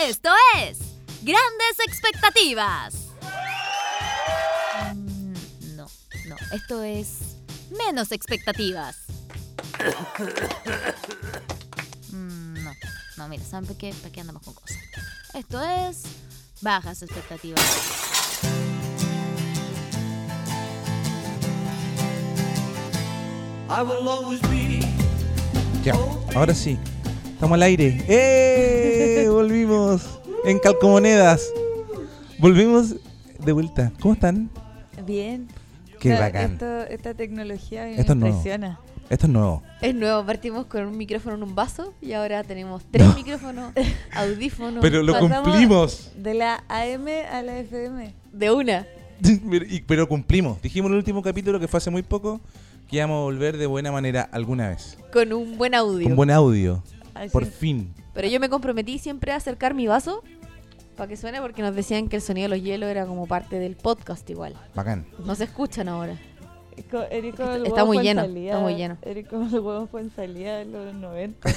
Esto es Grandes Expectativas. Mm, No, no, esto es Menos Expectativas. Mm, No, no, mira, ¿saben por qué? ¿Para qué andamos con cosas? Esto es Bajas Expectativas. Ya, ahora sí. Estamos al aire. ¡Eh! Volvimos en Calcomonedas. Volvimos de vuelta. ¿Cómo están? Bien. Qué Esta- bacán. esto- esta tecnología a mí Esto es me nuevo. impresiona. Esto es nuevo. Es nuevo, partimos con un micrófono en un vaso y ahora tenemos tres micrófonos, audífonos, Pero lo Pasamos- cumplimos. De la AM a la FM. de una. Pero- y- Pero cumplimos. Dijimos en el último capítulo que fue hace muy poco que íbamos a volver de buena manera alguna vez. Con un buen audio. Con buen audio. Así. Por fin. Pero yo me comprometí siempre a acercar mi vaso para que suene porque nos decían que el sonido de los hielos era como parte del podcast igual. Bacán. No se escuchan ahora. Es co- eres como el Está- está huevo muy lleno, Fuensalida, está muy lleno. Eres como el huevo Fuensalida de los 90.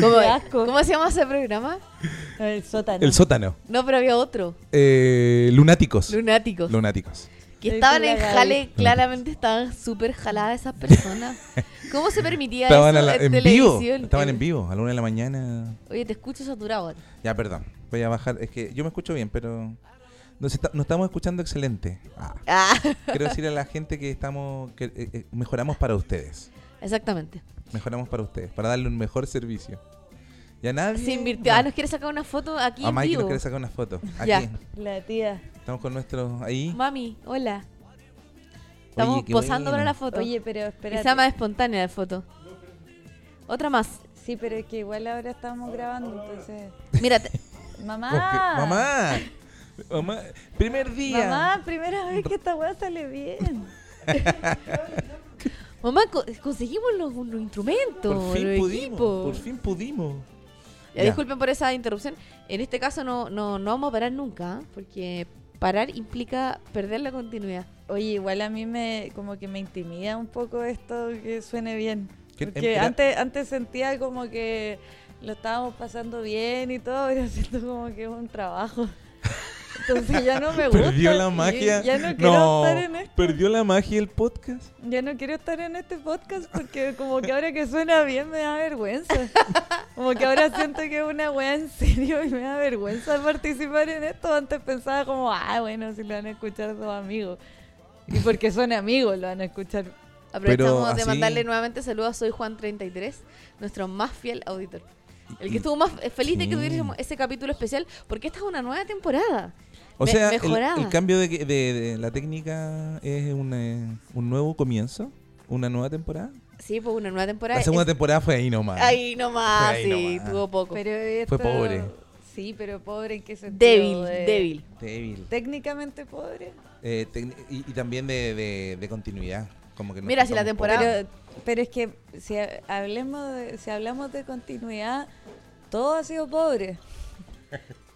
¿Cómo, Qué asco. ¿Cómo se llama ese programa? El sótano. El sótano. No, pero había otro. Eh, lunáticos. Lunáticos. Lunáticos. que Ahí estaban con la en Gaby. jale, claramente estaban súper jaladas esas personas. ¿Cómo se permitía Estaban eso a la- en vivo. televisión? Estaban en vivo. A la una de la mañana. Oye, te escucho saturado. ahora. Ya, perdón. Voy a bajar. Es que yo me escucho bien, pero. Nos, esta- nos estamos escuchando excelente. Ah. Ah, Quiero decir a la gente que estamos. que eh, eh, mejoramos para ustedes. exactamente. Mejoramos para ustedes. Para darle un mejor servicio. Ya nadie. Se invirtió. Ah, nos quiere sacar una foto aquí A en Ah, Mike nos vivo. quiere sacar una foto. Aquí. Ya. La tía. Estamos con nuestros. Ahí. Mami, hola. Estamos Oye, qué posando bueno. para la foto. Oye, pero Esa espérate. Está más espontánea la foto. Otra más. Sí, pero es que igual ahora estamos grabando, entonces... Mira, te- ¡Mamá! Como que- mamá. Mamá. Primer día. ¡Mamá! Primera vez que esta weá sale bien. mamá, co- conseguimos los, los instrumentos, Por fin los pudimos. equipos. Por fin pudimos. Ya, Disculpen por esa interrupción. En este caso no, no, no vamos a parar nunca, ¿eh? porque parar implica perder la continuidad. Oye, igual a mí me como que me intimida un poco esto que suene bien. Que- eh, Porque era- antes, antes sentía como que lo estábamos pasando bien y todo, pero siento como que es un trabajo. Entonces ya no me gusta. Perdió la y magia. Ya no quiero estar en esto. Perdió la magia el podcast. Ya no quiero estar en este podcast porque como que ahora que suena bien me da vergüenza. Como que ahora siento que es una wea en serio y me da vergüenza participar en esto. Antes pensaba como, ah, bueno, si lo van a escuchar dos amigos. Y porque son amigos lo van a escuchar. Aprovechamos Pero de así- mandarle nuevamente saludos a Soy Juan33, nuestro más fiel auditor. El que estuvo más eh, feliz de que Mm. Sí. tuviéramos ese capítulo especial, porque esta es una nueva temporada. O Me- sea, el- mejorada. el, cambio de, que- de- de la técnica es un, eh, un nuevo comienzo, una nueva temporada. Sí, pues una nueva temporada. La segunda Es- temporada fue ahí nomás. Ahí nomás, Fue ahí sí, nomás. tuvo poco. Pero esto- pobre. Sí, pero pobre en qué sentido. débil, de- débil. Débil. Técnicamente pobre. Eh, tec- y, y también de, de- de continuidad. Como que nos Mira, si la juntamos temporada- un Pero, pero es que si hablemos de- si hablamos de continuidad, todo ha sido pobre.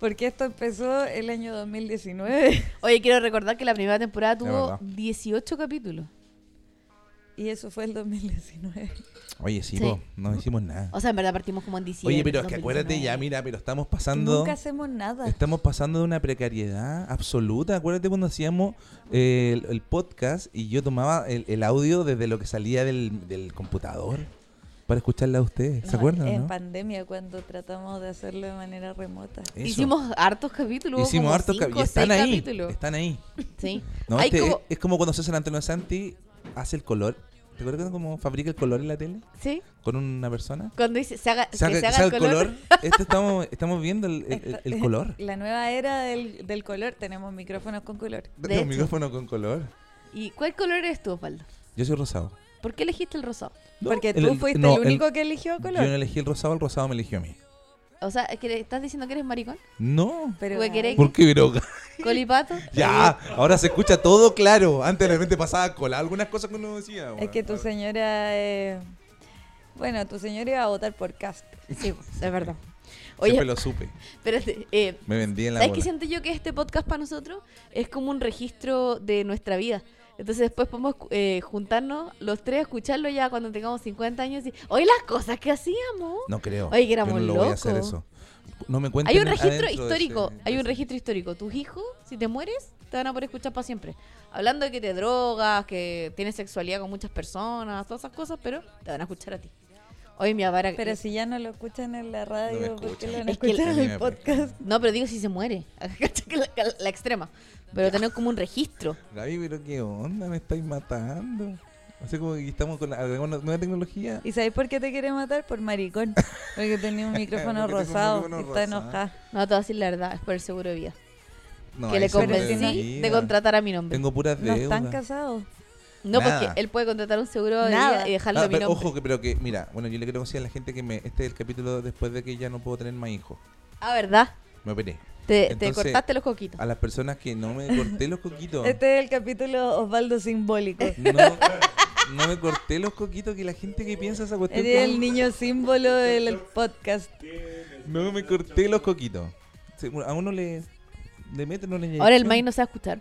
Porque esto empezó el año 2019 Oye, quiero recordar que la primera temporada verdad. tuvo 18 capítulos. y eso fue el 2019. poco. Oye, sí, Sí. Oh, po, no hicimos nada. O sea, en verdad partimos como en diciembre. Oye, pero es que 2019. acuérdate ya, mira, pero estamos pasando... Nunca hacemos nada. Estamos pasando de una precariedad absoluta. Acuérdate cuando hacíamos eh, el, el podcast y yo tomaba el, el audio desde lo que salía del, del computador para escucharla a ustedes. ¿Se No, acuerdan? En no? pandemia, cuando tratamos de hacerlo de manera remota. Eso. Hicimos hartos capítulos. hubo Hicimos como hartos cap- cinco y o están seis ahí. capítulos. Están ahí. Sí. No, Hay este- como- es, es como cuando César Antonio Santi hace el color. ¿Te acuerdas cómo fabrica el color en la tele? Sí. Con una persona. Cuando dice, se haga, que Saca, se haga saca el color. Este estamos, estamos viendo el, el- el- el color. La nueva era del, del color. Tenemos micrófonos con color. De Tengo un hecho. micrófono con color. ¿Y cuál color eres tú, Osvaldo? Yo soy rosado. ¿Por qué elegiste el rosado? No, Porque el- tú el- fuiste no, el el- único que eligió color. Yo no elegí el rosado, el rosado me eligió a mí. O sea, es que ¿estás diciendo que eres maricón? No. Pero Tuve que elegir- ¿Por qué broca? ¿Colipato? ya, ahora se escucha todo claro. Antes de repente pasaba cola. Algunas cosas que uno decía. es que tu se... señora. eh, bueno, tu señora iba a votar por cast. Sí, es verdad. Siempre Oye, lo supe. espérate. Eh, Me vendí en la ¿Sabes qué bola. siento yo que este podcast para nosotros es como un registro de nuestra vida? Entonces después podemos escu- eh, juntarnos los tres, escucharlo ya cuando tengamos 50 años y, oye, las cosas que hacíamos. No creo. Oye, que Yo no éramos lo voy a hacer locos. eso. No me cuenten Hay un adentro registro de histórico, ese- hay un de ese- registro histórico. Tus hijos, si te mueres, te van a poder escuchar para siempre. Hablando de que te drogas, que tienes sexualidad con muchas personas, todas esas cosas, pero te van a escuchar a ti. Oye, mi avara. eh, Pero si ya no lo escuchan en la radio, Eh, No me ¿por qué lo escuchan. van a Es que escuchar en la- pues. el podcast? No, pero digo si se muere. Cacha que la, la- la extrema. Pero tener como un registro. Gaby, pero qué onda, me estáis matando. No sé cómo que estamos con la agregamos una nueva tecnología. ¿Y sabéis por qué te quiere matar? Por maricón. Porque tenía un micrófono Porque tengo un rosado micrófono y está rosado. enojada. No, te voy a decir la verdad, es por el seguro de vida. No, que ahí le se me convencí olvida. de contratar a mi nombre. Tengo puras No deudas. están casados. No, Nada. porque él puede contratar un seguro de Nada. vida y dejarlo Ah, a mi pero nombre. ojo, que, pero que, mira, bueno, yo le quiero decir a la gente que me, este es el capítulo después de que ya no puedo tener más hijos. Ah, ¿verdad? Me operé. Te, te Entonces, cortaste los coquitos. A las personas que no me corté los coquitos. Este es el capítulo Osvaldo simbólico. No, no me corté los coquitos que la gente que piensa esa cuestión. Eres como- Este el niño símbolo del podcast. No me corté los coquitos. Sí, bueno, A uno le, le mete, no le llega. Ahora el mail no se va a escuchar.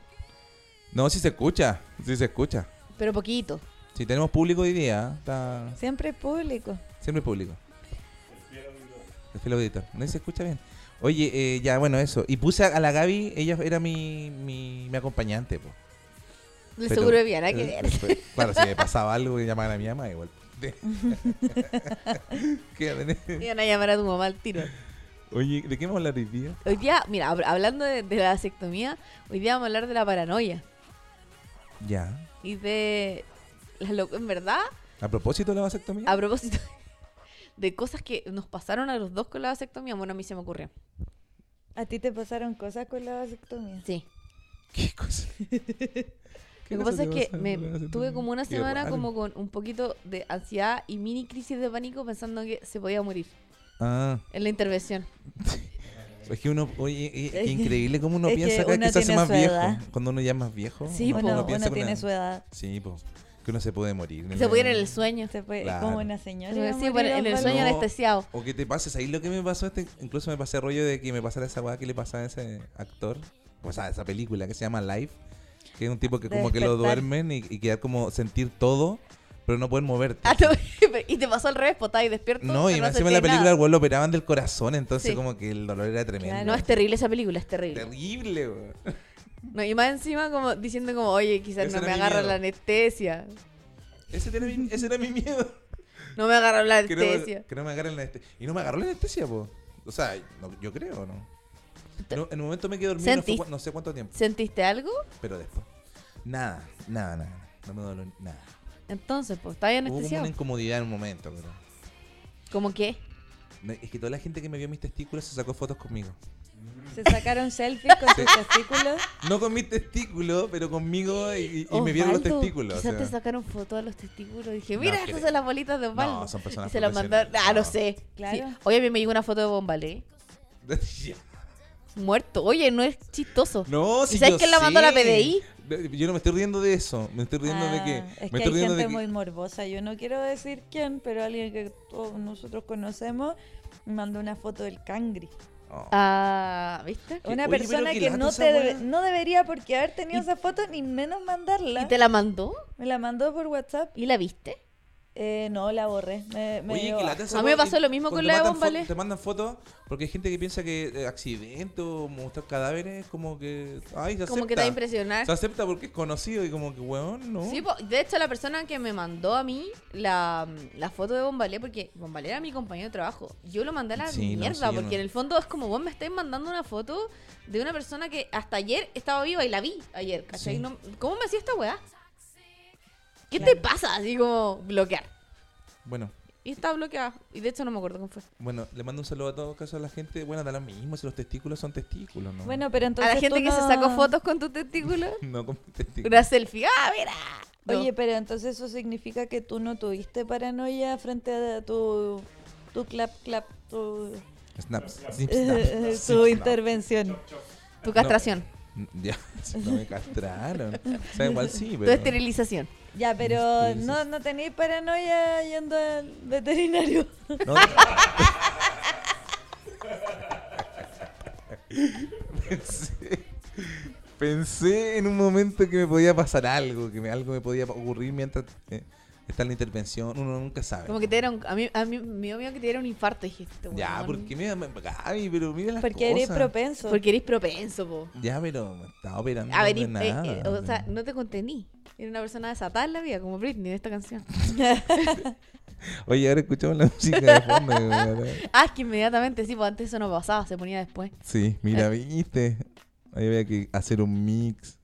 No, si se escucha, si se escucha. Pero poquito. Si tenemos público hoy día, ¿eh? está Siempre es público. siempre público. El fiel auditor. No se escucha bien. Oye, eh, ya, bueno, eso. Y puse a, a la Gaby, ella era mi, mi, mi acompañante. po. El Pero- seguro de vida, nada que eh, ver. fue- claro, si me pasaba algo, llamaban a mi mamá igual. Quédate. Iban a llamar a tu mamá al tiro. Oye, ¿de qué vamos a hablar hoy día? Hoy día, mira, hab- hablando de, de la vasectomía, hoy día vamos a hablar de la paranoia. Ya. Y de. las loc- en verdad, A propósito de la vasectomía. a propósito de cosas que nos pasaron a los dos con la vasectomía, bueno, a mí se me ocurrió. ¿A ti te pasaron cosas con la vasectomía? Sí. ¿Qué cosa? Lo que pasa es que me tuve como una semana como con un poquito de ansiedad y mini crisis de pánico pensando que se podía morir Ah, en la intervención. es que uno, oye, eh, qué increíble cómo uno Es que piensa cada vez que uno se hace tiene más su viejo. edad. Cuando uno ya es más viejo. Sí, po. uno Uno, piensa pues, uno con tiene la- su edad. Sí, po. Que uno se puede morir. Se puede ir en el sueño. Se fue- Claro. Como una señora. Sí, iba a bueno, morir, en el Osvaldo. sueño No. anestesiado. O que te pases ahí lo que me pasó, este, incluso me pasé rollo de que me pasara esa weá que le pasaba a ese actor, o sea, esa película que se llama Life, que es un tipo que como que lo Despertar. duermen y, y quedar como sentir todo, pero no poder moverte. Ah, no, y te pasó al revés, potá, y despierto. no, y pero más encima sentí en la película nada. el weón lo operaban del corazón, entonces Sí. como que el dolor era tremendo. No, es terrible esa película, es terrible. terrible, weón. No, y más encima como diciendo como, oye, quizás Ese no era me mi agarra miedo. la anestesia. Ese era mi, ese era mi miedo. No me agarra la Que no, me- anestesia. que no me agarren la anestesia. Y no me agarró la anestesia, po. O sea, no- yo creo, ¿no? No, En un momento me quedé dormido, no, fue Sentí. cua- no sé cuánto tiempo. ¿Sentiste algo? Pero después. Nada, nada, nada. No me dolió nada. Entonces, pues, estaba Hubo como anestesiado. una incomodidad en un momento, pero. ¿Cómo qué? No, Es que toda la gente que me vio mis testículos se sacó fotos conmigo. Se sacaron selfies con sus testículos. No con mis testículos, pero conmigo y, y- y me vieron los Osvaldo, testículos. o Quizás sea. te sacaron fotos de los testículos. Y dije, No mira, estas creo. son las bolitas de Osvaldo. No, son personas y se las mandaron. profesionales, Ah, no no. sé. Claro. Sí. Oye, a mí me llegó una foto de Bombalé. Ya. Muerto. Oye, no es chistoso. No, si ¿Y sabes yo quién la mandó a la sé. PDI? De- Yo no me estoy riendo de eso. Me estoy riendo de Ah, que. Es me que estoy hay riendo gente de que. muy morbosa. Yo no quiero decir quién, pero alguien que todos nosotros conocemos me mandó una foto del cangri. Oh. Ah, ¿viste? Que- Una oye, persona pero qué que lata no, esa te weá. debe- no debería porque haber tenido Y- esa foto ni menos mandarla. ¿Y te la mandó? Me la mandó por WhatsApp. ¿Y la viste? Eh, no, la borré. Me, me Oye, dio que asco. lata esa ah, A mí me weá, pasó y lo mismo con cuando la de matan Bombalé. fo- Te mandan fotos porque hay gente que piensa que eh, accidente o mostrar cadáveres, como que. Ay, se acepta. Como que te va a impresionar. Se acepta porque es conocido y como que, weón, no. Sí, po, de hecho la persona que me mandó a mí la, la foto de Bombalé, porque Bombalé era mi compañero de trabajo, yo lo mandé a la Sí, no, mierda, sí, yo porque no. en el fondo es como vos me estáis mandando una foto de una persona que hasta ayer estaba viva y la vi ayer, ¿cachai? Sí. No- ¿Cómo me hacía esta weá? ¿Qué te Claro. pasa? Así como bloquear. Bueno, Y estaba bloqueada. Y de hecho no me acuerdo cómo fue. bueno, le mando un saludo a todos casos a la gente. Bueno, da lo mismo si los testículos son testículos, ¿no? Bueno, pero entonces. a la gente tú que se no- sacó fotos con tu testículo, no con testículos. una selfie. ¡Ah, mira! No. Oye, pero entonces eso significa que tú no tuviste paranoia frente a tu. Tu clap, clap, tu, Snaps. Snip, eh, snap. tu Snip, snap. intervención. tu castración, Ya, si no me castraron. O sea, igual sí, tu pero. esterilización. Ya, pero Sí, sí, no, sí. no tenéis paranoia yendo al veterinario. No. Pensé, Pensé en un momento que me podía pasar algo, que me- algo me podía ocurrir mientras eh, está la intervención. Uno nunca sabe. Como que te dieron. A mí, a mí me dio miedo que te diera un infarto. Dije, este Ya, weón, porque mira, me- Gaby, pero mira las Porque cosas. eres propenso. Porque eres propenso, po. Ya, pero me estaba operando. A ver, de y- eh, nada. eh, o sea, no te contení. Era una persona desatada en la vida, como Britney en esta canción. Oye, ahora escuchamos la música de fondo. ¿verdad? Ah, es que inmediatamente, sí, pues antes eso no pasaba, se ponía después. sí, mira, viste. Ahí había que hacer un mix.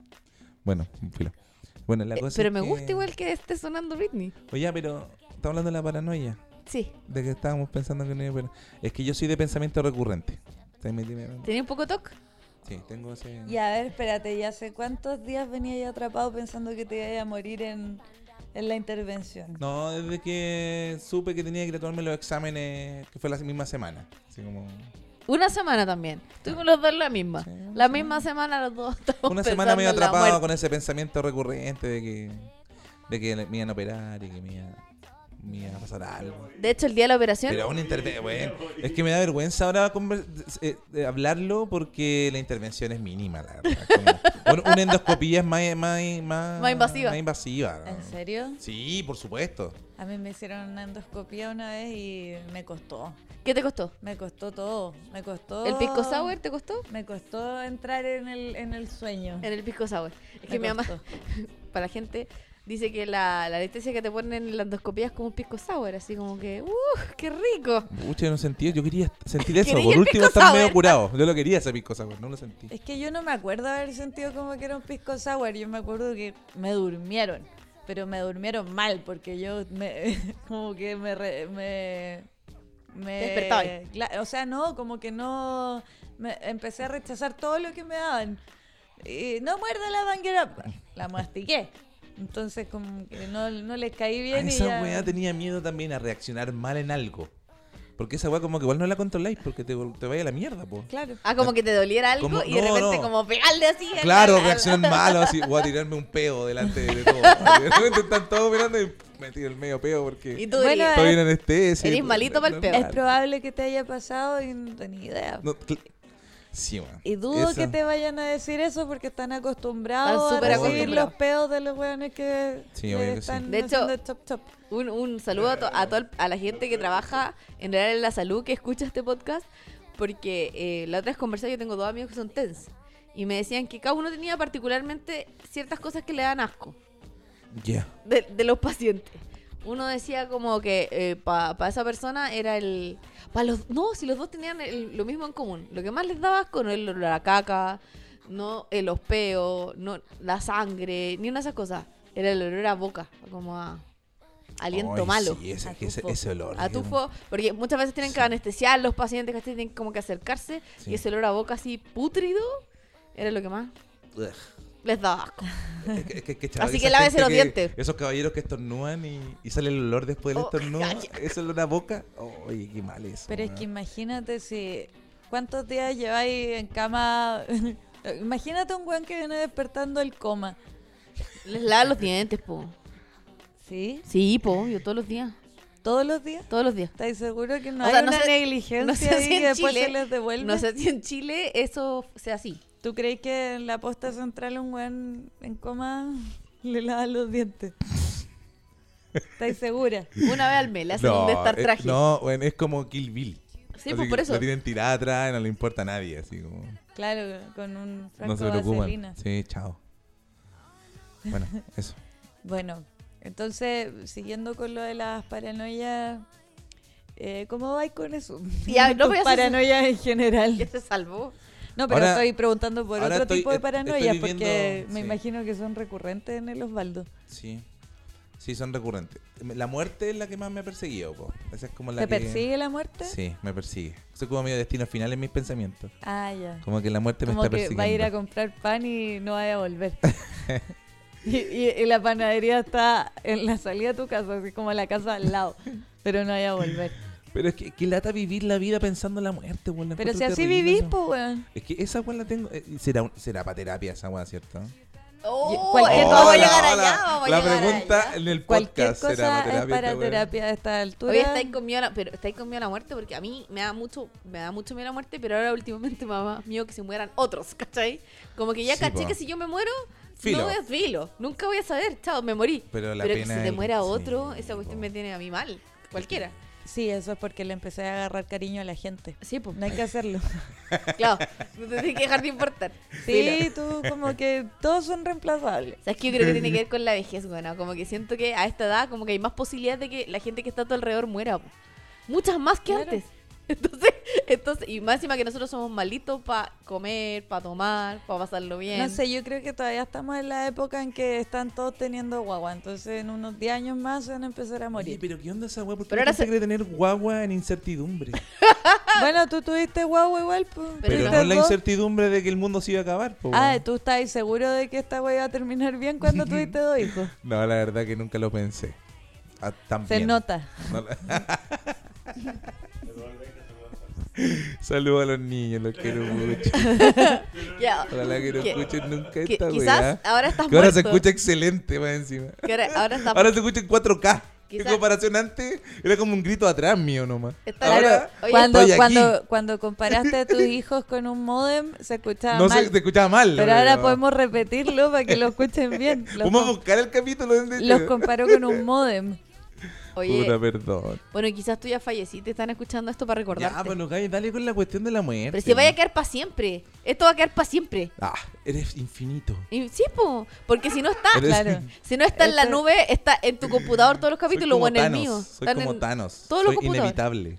Bueno, filo. Bueno, la Eh, cosa pero es me que- gusta igual que esté sonando Britney. Oye, Pues pero está hablando de la paranoia. Sí. De que estábamos pensando que no iba a parar. Es que yo soy de pensamiento recurrente. Te metí- me- Tenía un poco toc. Sí, tengo ese... Y a ver, espérate, ¿y hace cuántos días venía ya atrapado pensando que te iba a morir en, en la intervención? No, desde que supe que tenía que ir a tomarme los exámenes, que fue la misma semana. Así como... Una semana también. Tuvimos los dos la misma. Sí, una la misma semana los dos estábamos Una semana medio pensando en la atrapado muerte. con ese pensamiento recurrente de que, de que me iban a operar y que me iba, me iba a pasar algo. De hecho, el día de la operación, Pero una intervención, es que me da vergüenza ahora conver- eh, eh, hablarlo porque la intervención es mínima, la verdad. Como- un- una endoscopía es más, más, más, Más invasiva. más invasiva, ¿no? ¿En serio? Sí, por supuesto. A mí me hicieron una endoscopía una vez y me costó. ¿qué te costó? Me costó todo. Me costó. ¿El Oh. pisco sour te costó? Me costó entrar en el, en el sueño. En el pisco sour. Es que Me mi mamá, costó. para la gente, dice que la, la anestesia que te ponen en la endoscopía es como un pisco sour. Así como que, ¡uh, qué rico! Pucha, yo no sentí, yo quería sentir eso. Quería Por el último, pisco estar medio sour. curado. Yo lo quería ese pisco sour, no lo sentí. Es que yo no me acuerdo haber sentido como que era un pisco sour. Yo me acuerdo que me durmieron. Pero me durmieron mal porque yo me, como que me... re- me, me- Te despertabas. Cla- O sea, no, como que no... me- empecé a rechazar todo lo que me daban. Y, no muerda la manguera. La mastiqué. Entonces como que no, no les caí A bien. y esa ya- weá tenía miedo también a reaccionar mal en algo. Porque esa weá como que igual no la controláis porque te, vol- te vaya a la mierda, po. Claro. Ah, como que te doliera algo Como- y de no, repente no. como pegarle así. a la- Claro, a la- reaccionan malo, así, voy a tirarme un peo delante de todo. De repente están todos mirando y me tiro el medio peo Y porque tú Bueno, dirías, eh, estoy en anestesia. eres malito pa'l peo. Es probable que te haya pasado y no tenía idea. No, cl- sí, weón. Y dudo Esa- que te vayan a decir eso porque están acostumbrados Están a súper recibir acostumbrados. los pedos de los weones que Sí, le obvio que sí. están De hecho- haciendo chop chop. Un, un saludo a, to- a toda el- a la gente que trabaja en el área de la salud que escucha este podcast, porque eh, la otra vez conversé, yo tengo dos amigos que son TENS, y me decían que cada uno tenía particularmente ciertas cosas que le dan asco Ya. de, de los pacientes. Uno decía como que para esa persona era el... pa' los, no, si los dos tenían el- lo mismo en común. Lo que más les daba asco no era el olor a caca, no el ospeo, no la sangre, ni una de esas cosas. Era el olor a boca, como a aliento Ay, malo. Sí, ese, A que ese- tufo. ese olor. A tufo, porque muchas veces tienen que Sí. anestesiar los pacientes, ¿cachai? Tienen como que acercarse Sí. y ese olor a boca así pútrido era lo que más Ugh. les daba asco. Es que- es que- es que, chaval, Así esa que lávese gente los que- dientes. Esos caballeros que estornudan y, y sale el olor después del Oh, estornudo. calla. Eso olor a boca. Oye, qué mal eso. Pero es weón. que imagínate si cuántos días lleváis en cama. imagínate un weón que viene despertando el coma. Les lava los dientes, po. ¿Sí? Sí, po, yo todos los días. ¿Todos los días? Todos los días. ¿Estáis seguros que no O hay sea, no una sé- negligencia no sé ahí si en que después Chile- se les devuelve? No sé si en Chile eso sea así. ¿Tú crees que en la posta central un weón en coma le lava los dientes? ¿Estáis segura? Una vez al mes le hacen un destar eh, traje. no, bueno, es como Kill Bill. Así Sí, pues que por eso. La tienen tirada atrás, no le importa a nadie, así como. Claro, con un no frasco se de preocupan. vaselina. Sí, chao. Bueno, eso. Bueno, entonces, siguiendo con lo de las paranoias, eh, ¿cómo vais con eso? Ya, no, Tus pero eso- paranoias en general. Ya se salvó. No, pero Ahora- estoy preguntando por ahora otro estoy- tipo de est- estoy paranoias, viviendo- porque sí. me imagino que son recurrentes en el Osvaldo. Sí. Sí, son recurrentes. La muerte es la que más me ha perseguido, po. Esa es como la ¿Te que. persigue la muerte? Sí, me persigue. Eso es como mi destino final en mis pensamientos. Ah, ya. Como que la muerte me Como está que persiguiendo. va a ir a comprar pan y no va a volver. y, y- y la panadería está en la salida de tu casa, así como la casa al lado, pero no va a volver. Pero es que, que lata vivir la vida pensando en la muerte, weón. la Pero si encuentro así terrible, vivís, no. pues, weón. Es que esa weón la tengo. eh, Será, un- será para terapia esa weón, ¿cierto? Oh, cualquier eh, cosa- vamos a la- llegar la- allá, vamos a La llegar pregunta allá. en el Cualquier podcast cosa será es terapia. para weón. terapia a esta altura. Hoy estáis con miedo a la, pero estáis con miedo a la muerte porque a mí me da mucho, me da mucho miedo a la muerte, pero ahora últimamente me da más miedo que se mueran otros, ¿cachai? Como que ya Sí, caché po. que si yo me muero, Filo. no voy a filo, nunca voy a saber, chao, me morí. Pero la que pena si te del- muera sí, otro, esa po. cuestión me tiene a mí mal, cualquiera. Sí, eso es porque le empecé a agarrar cariño a la gente. Sí, pues, No hay que hacerlo. claro, no te tienes que dejar de importar. Filo. Sí, tú como que todos son reemplazables. ¿Sabes qué? Yo creo que tiene que ver con la vejez, bueno, como que siento que a esta edad como que hay más posibilidades de que la gente que está a tu alrededor muera, po. muchas más que Claro. antes. Entonces, entonces, y más encima que nosotros somos malitos para comer, para tomar, para pasarlo bien. No sé, yo creo que todavía estamos en la época en que están todos teniendo guagua, entonces en unos 10 años más se van a empezar a Oye, morir. pero ¿qué onda esa weá? ¿Por qué Pero la ahora gente se- quiere tener guagua en incertidumbre? Bueno, tú tuviste guagua igual, pues. Pero Pero no. no Tuviste es la dos. incertidumbre de que el mundo se iba a acabar, po, Ah, weón. tú estás seguro de que esta wea iba a terminar bien cuando tuviste dos hijos. No, la verdad que nunca lo pensé. Ah, tan Se bien. nota. No la- Saludos a los niños, los quiero mucho. Ya, Ojalá que no que- escuchen nunca que esta quizás weá. ahora estás Que ahora se muerto, escucha excelente más encima. que ahora, ahora estás- Ahora se escucha en 4K. En Quizás- comparación antes, era como un grito atrás mío nomás. Está Ahora claro. Oye, cuando, estoy aquí. cuando, cuando comparaste a tus hijos con un modem, se escuchaba no mal. se te escuchaba mal. pero ahora no. podemos repetirlo para que lo escuchen bien. Los, Vamos a com- buscar el capítulo donde... los comparó con un modem. Oye, Puta, perdón. bueno, quizás tú ya falleciste, están escuchando esto para recordarte. Ya, pues los gallos, dale con la cuestión de la muerte. Pero si vaya a quedar para siempre, esto va a quedar para siempre. Ah, eres infinito. Y sí, po, porque si no está, Eres- Claro. Si no está en la Esto- nube, está en tu computador todos los capítulos Soy como o en el Thanos, mío. Soy Están como en- Thanos. todos los soy computadores. inevitable.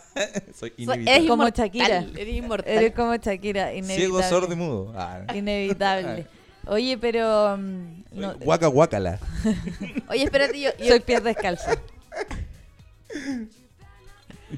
soy Soy- inevitable. eres Como inmortal, Shakira. Eres inmortal. Eres como Shakira, inevitable. Ciego, sordo y mudo. Ah, Inevitable. Oye, pero... mm, soy no, Guaca, guácala. Oye, espérate, yo, yo- soy pies descalzo.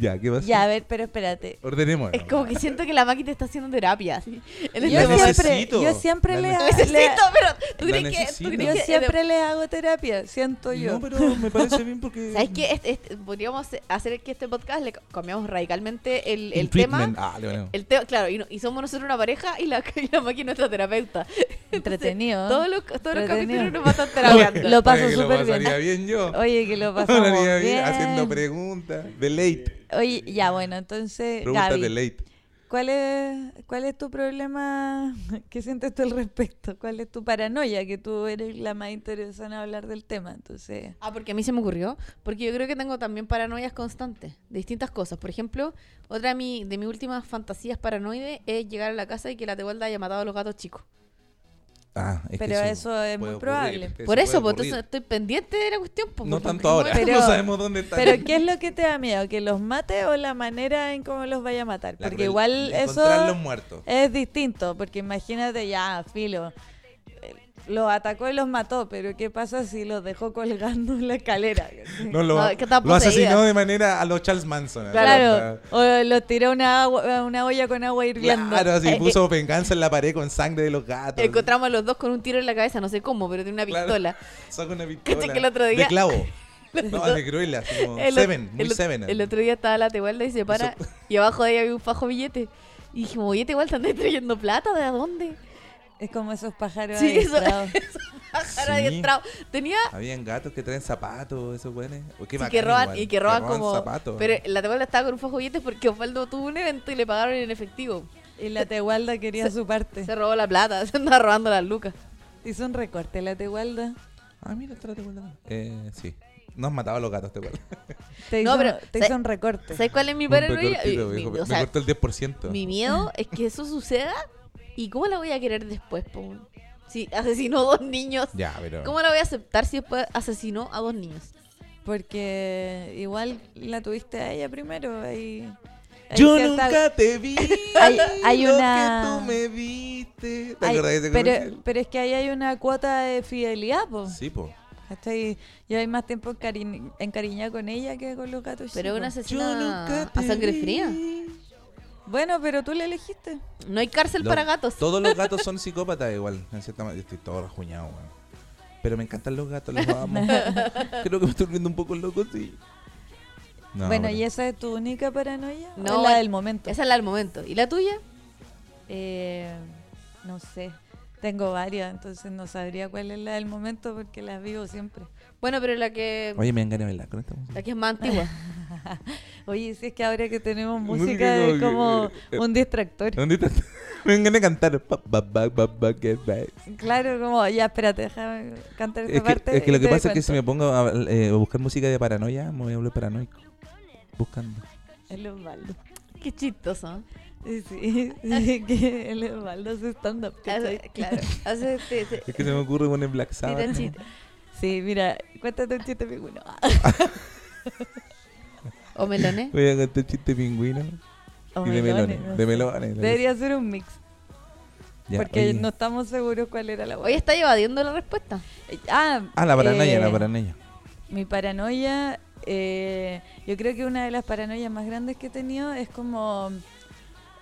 Ya, ¿qué pasa? Ya, a ver, pero espérate. Ordenemos. es como que siento que la máquina te está haciendo terapia. así. En La este Yo momento- siempre, necesito. yo siempre La le, necesito. le- Necesito, pero tú La crees que. necesito. tú crees yo que- eh, siempre les hago terapia, siento yo. No, pero me parece bien porque... ¿Sabes qué? Este- este- podríamos hacer que este podcast le cambiamos radicalmente el, El el tema. treatment. Ah, le ponemos. El tema, claro, y, no- y somos nosotros una pareja y la, y la máquina es nuestra terapeuta. Entretenido. Todos los, todos los Entretenido. capítulos nos va a estar terapeando. Lo paso Oye, que súper lo pasaría bien yo. Oye, que lo Lo pasamos pasaría bien, bien. haciendo preguntas. De late. Oye, ya bueno, entonces, Preguntas Eh, Gaby, de late. ¿cuál es, ¿cuál es tu problema? ¿Qué sientes tú al respecto? ¿Cuál es tu paranoia? Que tú eres la más interesada en hablar del tema, entonces... Ah, porque a mí se me ocurrió. Porque yo creo que tengo también paranoias constantes de distintas cosas. Por ejemplo, otra de, mi, de mis últimas fantasías paranoides es llegar a la casa y que la tehuelda haya matado a los gatos chicos. Ah, es que Pero eso es muy puede probable. ocurrir, Por puede eso, ocurrir. pues, entonces estoy pendiente de la cuestión. pues, No porque tanto ahora. muero. Pero- no sabemos dónde está. Pero ¿qué es lo que te da miedo? ¿Que los mate o la manera en cómo los vaya a matar? La Porque cruel- igual Encontrar los eso muertos. es distinto, porque imagínate ya, filo, eh, los atacó y los mató, pero ¿qué pasa si los dejó colgando en la escalera? No, lo, No, es que está lo asesinó poseída. de manera a los Charles Manson. así, Claro, está- o los tiró a una, agua- a una olla con agua hirviendo. Claro, así Eh, puso venganza en la pared con sangre de los gatos. Encontramos a los dos con un tiro en la cabeza, no sé cómo, pero de una Claro. pistola. Saca una pistola. que el otro día- De clavo. no, de cruela. así como El o- seven, muy el o- seven. El otro día estaba la tehuelda y se para, y abajo de ella había un fajo de billete. Y dijimos, oye, Tehuelda, te andáis trayendo plata? ¿De dónde? Es como esos pájaros Sí, eso- adiestrados. Pájaro Sí. adiestrado. Tenía Habían gatos que traen zapatos, esos buenos. Uy, qué Sí, bacán que roban, igual, y que roban, como. zapatos. Pero la tabla estaba con un fajo de billetes porque Osvaldo tuvo un evento y le pagaron en efectivo. Y la Tegualda quería su parte. Se robó la plata, se andaba robando las lucas. Hizo un recorte la Tegualda. Ah, mira, trate cuenta. Eh, sí. Nos mataba a los gatos, te acuerdas. Te hizo, No, pero, te ¿sabes- hizo un recorte. ¿Sabes cuál es mi Un paranoia? recortito, Mi- viejo, mi- o Me sea, cortó el 10%. mi miedo es que eso suceda y cómo la voy a querer después, po? Si asesinó a dos niños, Ya, pero. ¿cómo la voy a aceptar si después asesinó a dos niños? Porque igual la tuviste a ella primero. Hay, hay Yo cierta- nunca te vi. Hay- hay lo una- que tú me viste. ¿Te hay- acordás de ese pero, comercial? pero es que ahí hay una cuota de fidelidad, po. Sí, po. ¿Cachai? Yo hay más tiempo encariñ- encariñada con ella que con los gatos. Pero es chicos. una asesina a sangre fría. Bueno, pero tú la elegiste. No hay cárcel Los- para gatos. Todos los gatos son psicópatas igual. en cierta manera. Yo estoy todo rajuñado, weón. Pero me encantan los gatos, los amo. Creo que me estoy volviendo un poco loco, sí. No, bueno, pero- ¿y esa es tu única paranoia? ¿O No, es la el- del momento. Esa es la del momento. ¿Y la tuya? Eh, no sé. Tengo varias, entonces no sabría cuál es la del momento porque las vivo siempre. Bueno, pero la que, Oye, me dan ganas de bailar con esta música. la que es más antigua. Oye, si es que ahora que tenemos Música música es como como que- un distractor. ¿Dónde está? Me dan ganas de cantar. Pa, pa, pa, pa, pa, get back. Claro, como, ya, espérate, déjame cantar esta Es parte. que, es que lo y que te doy pasa es que si me cuenta. pongo a, eh, a buscar música de paranoia, me voy a volver paranoico. Buscando. El Osvaldo. Qué chistoso. Sí, sí, que el Osvaldo hace stand-up. ¿cachai? Hace- claro. Hace te- te- Es que se me ocurre poner Black Sabbath. tira ¿no? chiste. Sí, mira, cuéntate un chiste pingüino. O melones. Voy a cantar chiste pingüino O y de melones. Oh no de sé. melones. Debería ser un mix, Ya, porque oye. no estamos seguros cuál era la Hoy buena. está evadiendo la respuesta. Ah, Ah, la paranoia, eh, la paranoia. Mi paranoia, eh, yo creo que una de las paranoias más grandes que he tenido es como,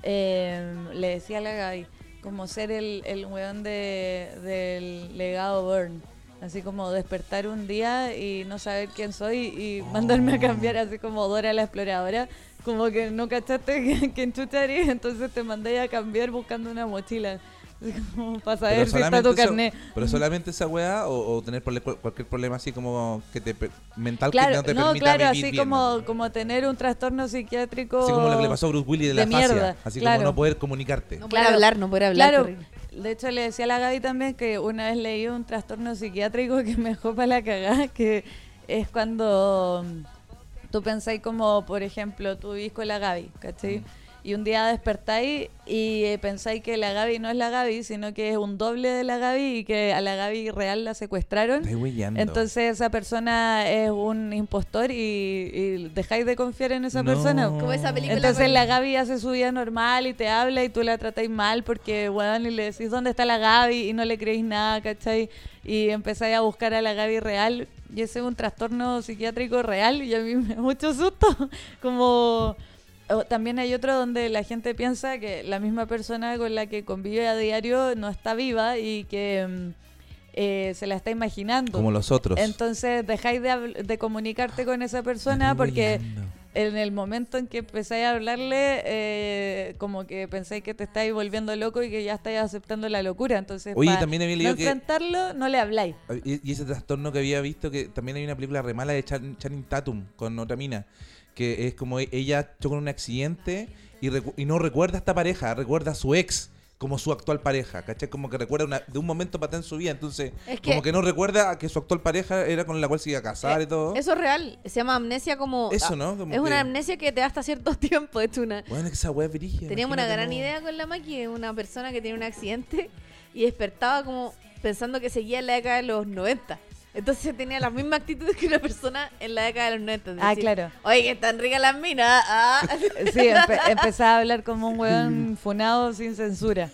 eh, le decía a la Gaby, como ser el, el weón de, del legado Burn. Así como despertar un día y no saber quién soy y Oh. mandarme a cambiar así como Dora la exploradora. Como que no cachaste que- quién chucha eres, entonces te mandé a cambiar buscando una mochila. Así como para saber si está tu esa- carnet. pero solamente esa weá o, o tener prole- cual- cualquier problema así como que te, per- mental que no Claro, te no, permita claro, vivir así bien, ¿no? como, como tener un trastorno psiquiátrico. Así como lo que le pasó a Bruce Willis de, de la fascia. mierda, Así claro. como no poder comunicarte. No Claro. puede hablar, no puede hablar. Claro, terrible. de hecho le decía a la Gaby también que una vez leí un trastorno psiquiátrico que me dejó para la cagada, que es cuando mm, tú pensáis como, por ejemplo, tú vivís con la Gaby, ¿cachai? Y un día despertáis y eh, pensáis que la Gaby no es la Gaby, sino que es un doble de la Gaby y que a la Gaby real la secuestraron. Estás weyando. Entonces esa persona es un impostor y, y dejáis de confiar en esa No. persona. Como esa película. Entonces con- la Gaby hace su vida normal y te habla y tú la tratáis mal porque, weón, y le decís dónde está la Gaby y no le creéis nada, ¿cachai? Y empezáis a buscar a la Gaby real y ese es un trastorno psiquiátrico real y a mí me da mucho susto. Como... o También hay otro donde la gente piensa que la misma persona con la que convive a diario no está viva y que mm, eh, se la está imaginando. Como los otros. Entonces dejáis de, habl- de comunicarte con esa persona Estás porque weyando. en el momento en que empezáis a hablarle, eh, como que pensáis que te estáis volviendo loco y que ya estáis aceptando la locura. Entonces, Oye, pa también había no leído que- enfrentarlo, no le habláis. Y, y ese trastorno que había visto, que también hay una película re mala de Chan- Channing Tatum con otra mina, que es como e- ella chocó en un accidente y, recu- y no recuerda a esta pareja, recuerda a su ex como su actual pareja, ¿cachai? Como que recuerda una- de un momento para en su vida, entonces Es que- Eh, como que no recuerda a que su actual pareja era con la cual se iba a casar y todo. Eso es real. Se llama amnesia como. ah, Eso, ¿no? Como que- es una amnesia que te da hasta cierto tiempo. Es una. Bueno, esa wea es brígida, Teníamos una imagínate gran cómo- idea con la Maki de una persona que tiene un accidente y despertaba como pensando que seguía en la década de los 90. Entonces tenía las mismas actitudes que una persona en la década de los 90. Es Ah, decir, claro. Oye, que están ricas las minas. ah". Sí, empe- empezaba a hablar como un weón funado sin censura.